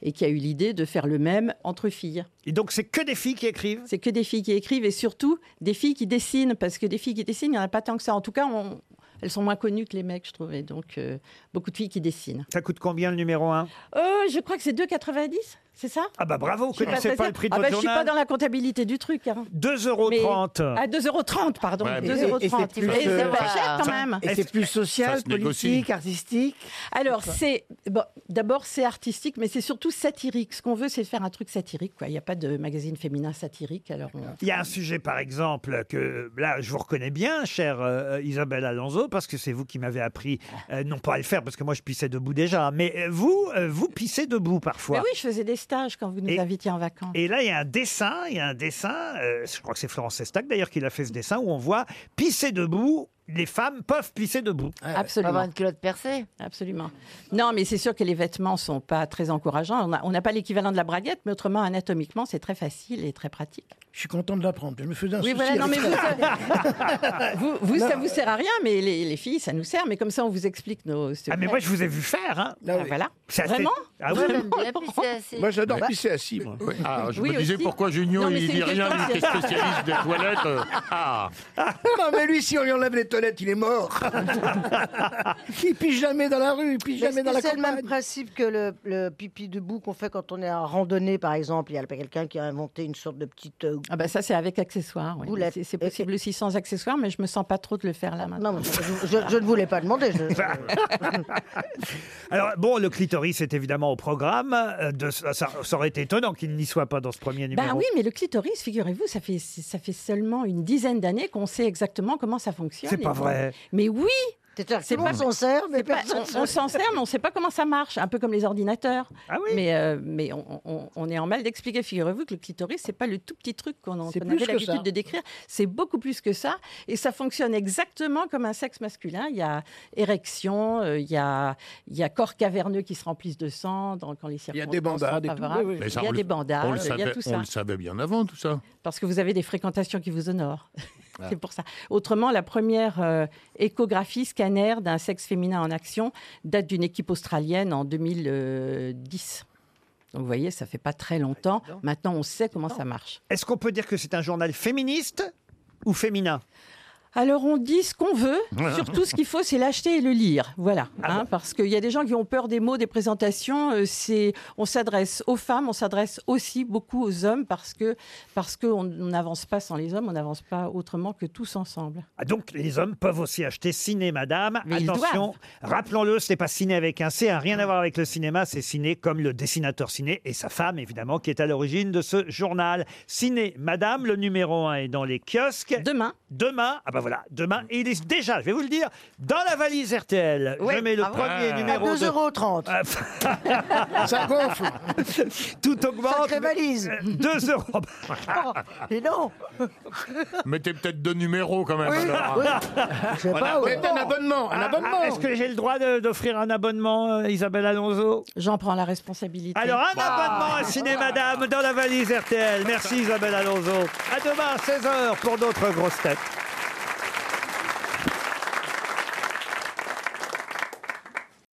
et qui a eu l'idée de faire le même entre filles.
Et donc, c'est que des filles qui écrivent
C'est que des filles qui écrivent et surtout des filles qui dessinent, parce que des filles qui dessinent, il n'y en a pas tant que ça. En tout cas, on- Elles sont moins connues que les mecs, je trouvais. Donc, euh, beaucoup de filles qui dessinent.
Ça coûte combien le numéro 1
Euh, je crois que c'est 2,90, c'est ça
Ah bah bravo, vous
Je suis
connaissez
très
pas
sûre.
le prix de
ah
votre
bah, Je suis
journal.
pas dans la comptabilité du truc. Hein.
2,30
Mais- Ah, 2,30 pardon.
Ouais, mais-
2,30
Et c'est plus,
Et
euh,
c'est pas cher quand
ça-
même.
et c'est plus social, Ça se négocie. politique,
artistique Alors, c'est... bon, D'abord, c'est artistique, mais c'est surtout satirique. Ce qu'on veut, c'est faire un truc satirique. quoi. Il n'y a pas de magazine féminin satirique. Alors, on-
Il y a un sujet, par exemple, que là, je vous reconnais bien, chère euh, Isabelle Alonso, parce que c'est vous qui m'avez appris, euh, non pas à le faire, parce que moi, je pissais debout déjà, mais euh, vous, euh, vous pissez debout parfois.
Mais oui, je faisais des stages quand vous nous invitiez en vacances.
Et là, il y a un dessin, il y a un dessin, euh, je crois que c'est Florence Estac d'ailleurs qui l'a fait ce dessin, où on voit pisser debout, les femmes peuvent pisser debout.
Absolument.
Ah, Pas avoir une culotte percée.
Absolument. Non, mais c'est sûr que les vêtements sont pas très encourageants. On a- On n'a pas l'équivalent de la braguette, mais autrement, anatomiquement, c'est très facile et très pratique.
Je suis content de l'apprendre. Je me faisais un
Oui,
souci
voilà, non, mais
avec
vous,
ça.
ça- vous, vous,
Non.
ça vous sert à rien, mais les, les filles, ça nous sert. Mais comme ça, on vous explique nos.
Ah, mais moi, je vous ai vu faire, hein.
Ah, voilà.
C'est assez-
Vraiment
Ah oui.
Vraiment
Bien pissé assez.
Moi, j'adore
Bah-
pisser assis, moi.
Ah, je
Oui,
me disais
aussi.
pourquoi Junio,
Non, mais
il
c'est
dit
une
rien,
question,
lui qui est
c'est-
spécialiste
(laughs)
des toilettes. euh, Ah
(laughs) Non, mais lui, si on lui enlève les toilettes, il est
(laughs)
mort. il pige jamais dans la rue, il pige
Mais est-ce
jamais dans
que
la
c'est le
campagne.
même principe que le, le pipi debout qu'on fait quand on est en randonnée, par exemple. Il y a quelqu'un qui a inventé une sorte de petite. euh,
Ah, bah ça, c'est avec accessoires. oui.
Boulette.
C'est- C'est possible aussi sans accessoires, mais je me sens pas trop de le faire là maintenant.
Non, mais je, je- je ne voulais pas demander. je-
(laughs) Alors, bon, le clitoris est évidemment au programme. euh, de- ça, ça- ça aurait été étonnant qu'il n'y soit pas dans ce premier numéro.
Ben oui, mais le clitoris, figurez-vous, ça fait, ça fait seulement une dizaine d'années qu'on sait exactement comment ça fonctionne.
C'est pas
Et-
vrai.
Mais oui
C'est-à-dire que
C'est
tout le monde
pas-
s'en sert, mais
c'est pas-
personne
on- on s'en sert, mais on ne sait pas comment ça marche, un peu comme les ordinateurs.
Ah
Mais, euh, mais on, on- on est en mal d'expliquer. Figurez-vous que le clitoris, c'est pas le tout petit truc qu'on
C'est
qu'on
plus
avait
que ça.
l'habitude de décrire. C'est beaucoup plus que ça, et ça fonctionne exactement comme un sexe masculin. Il y a érection, euh, il y a, il y a corps caverneux qui se remplissent de sang dans- quand les
y a
circonstances
des bandades et
sont
tout,
favorables.
oui, oui. Mais ça,
Il y
on
a
le-
des
on, le
bandades, il y a
savait,
tout
on
ça.
le savait bien avant, tout ça. (laughs)
Parce que vous avez des fréquentations qui vous honorent.
Ah.
(laughs) C'est pour ça. Autrement, la première euh, échographie scanner d'un sexe féminin en action date d'une équipe australienne en 2010. Donc vous voyez, ça fait pas très longtemps. Maintenant, on sait comment ça marche.
Est-ce qu'on peut dire que c'est un journal féministe ou féminin
Alors on dit ce qu'on
(laughs)
veut, surtout ce qu'il faut, c'est l'acheter et le lire. Voilà,
Ah
hein, parce qu'il y a des gens qui ont peur des mots, des présentations. euh, c'est, on s'adresse aux femmes, on s'adresse aussi beaucoup aux hommes parce que parce que on on n'avance pas sans les hommes, on n'avance pas autrement que tous ensemble.
Ah, donc les hommes peuvent aussi acheter Ciné Madame.
ils
Attention, rappelons-le, ce n'est pas Ciné avec un C, hein, rien à voir avec le cinéma, c'est Ciné comme le dessinateur Ciné et sa femme évidemment qui est à l'origine de ce journal. Ciné Madame, le numéro 1 est dans les kiosques.
Demain.
Demain, ah bah voilà, demain, et il est déjà, je vais vous le dire, dans la valise RTL.
Ouais,
je mets le
ah ouais.
premier
À
numéro.
2,30
euros.
(laughs) Ça gonfle.
Tout augmente.
Sacrée valise.
2 euros.
Et non
Mettez peut-être deux numéros quand même.
Oui,
alors.
oui. Je sais pas, ouais.
peut-être
Oh. Ah, ah, Est-ce que j'ai le droit de- d'offrir un abonnement, euh, Isabelle Alonso
J'en prends la responsabilité.
Alors, un
Bah.
abonnement à Ciné Madame dans la valise RTL. Merci Isabelle Alonso. À demain, 16h, pour d'autres grosses têtes.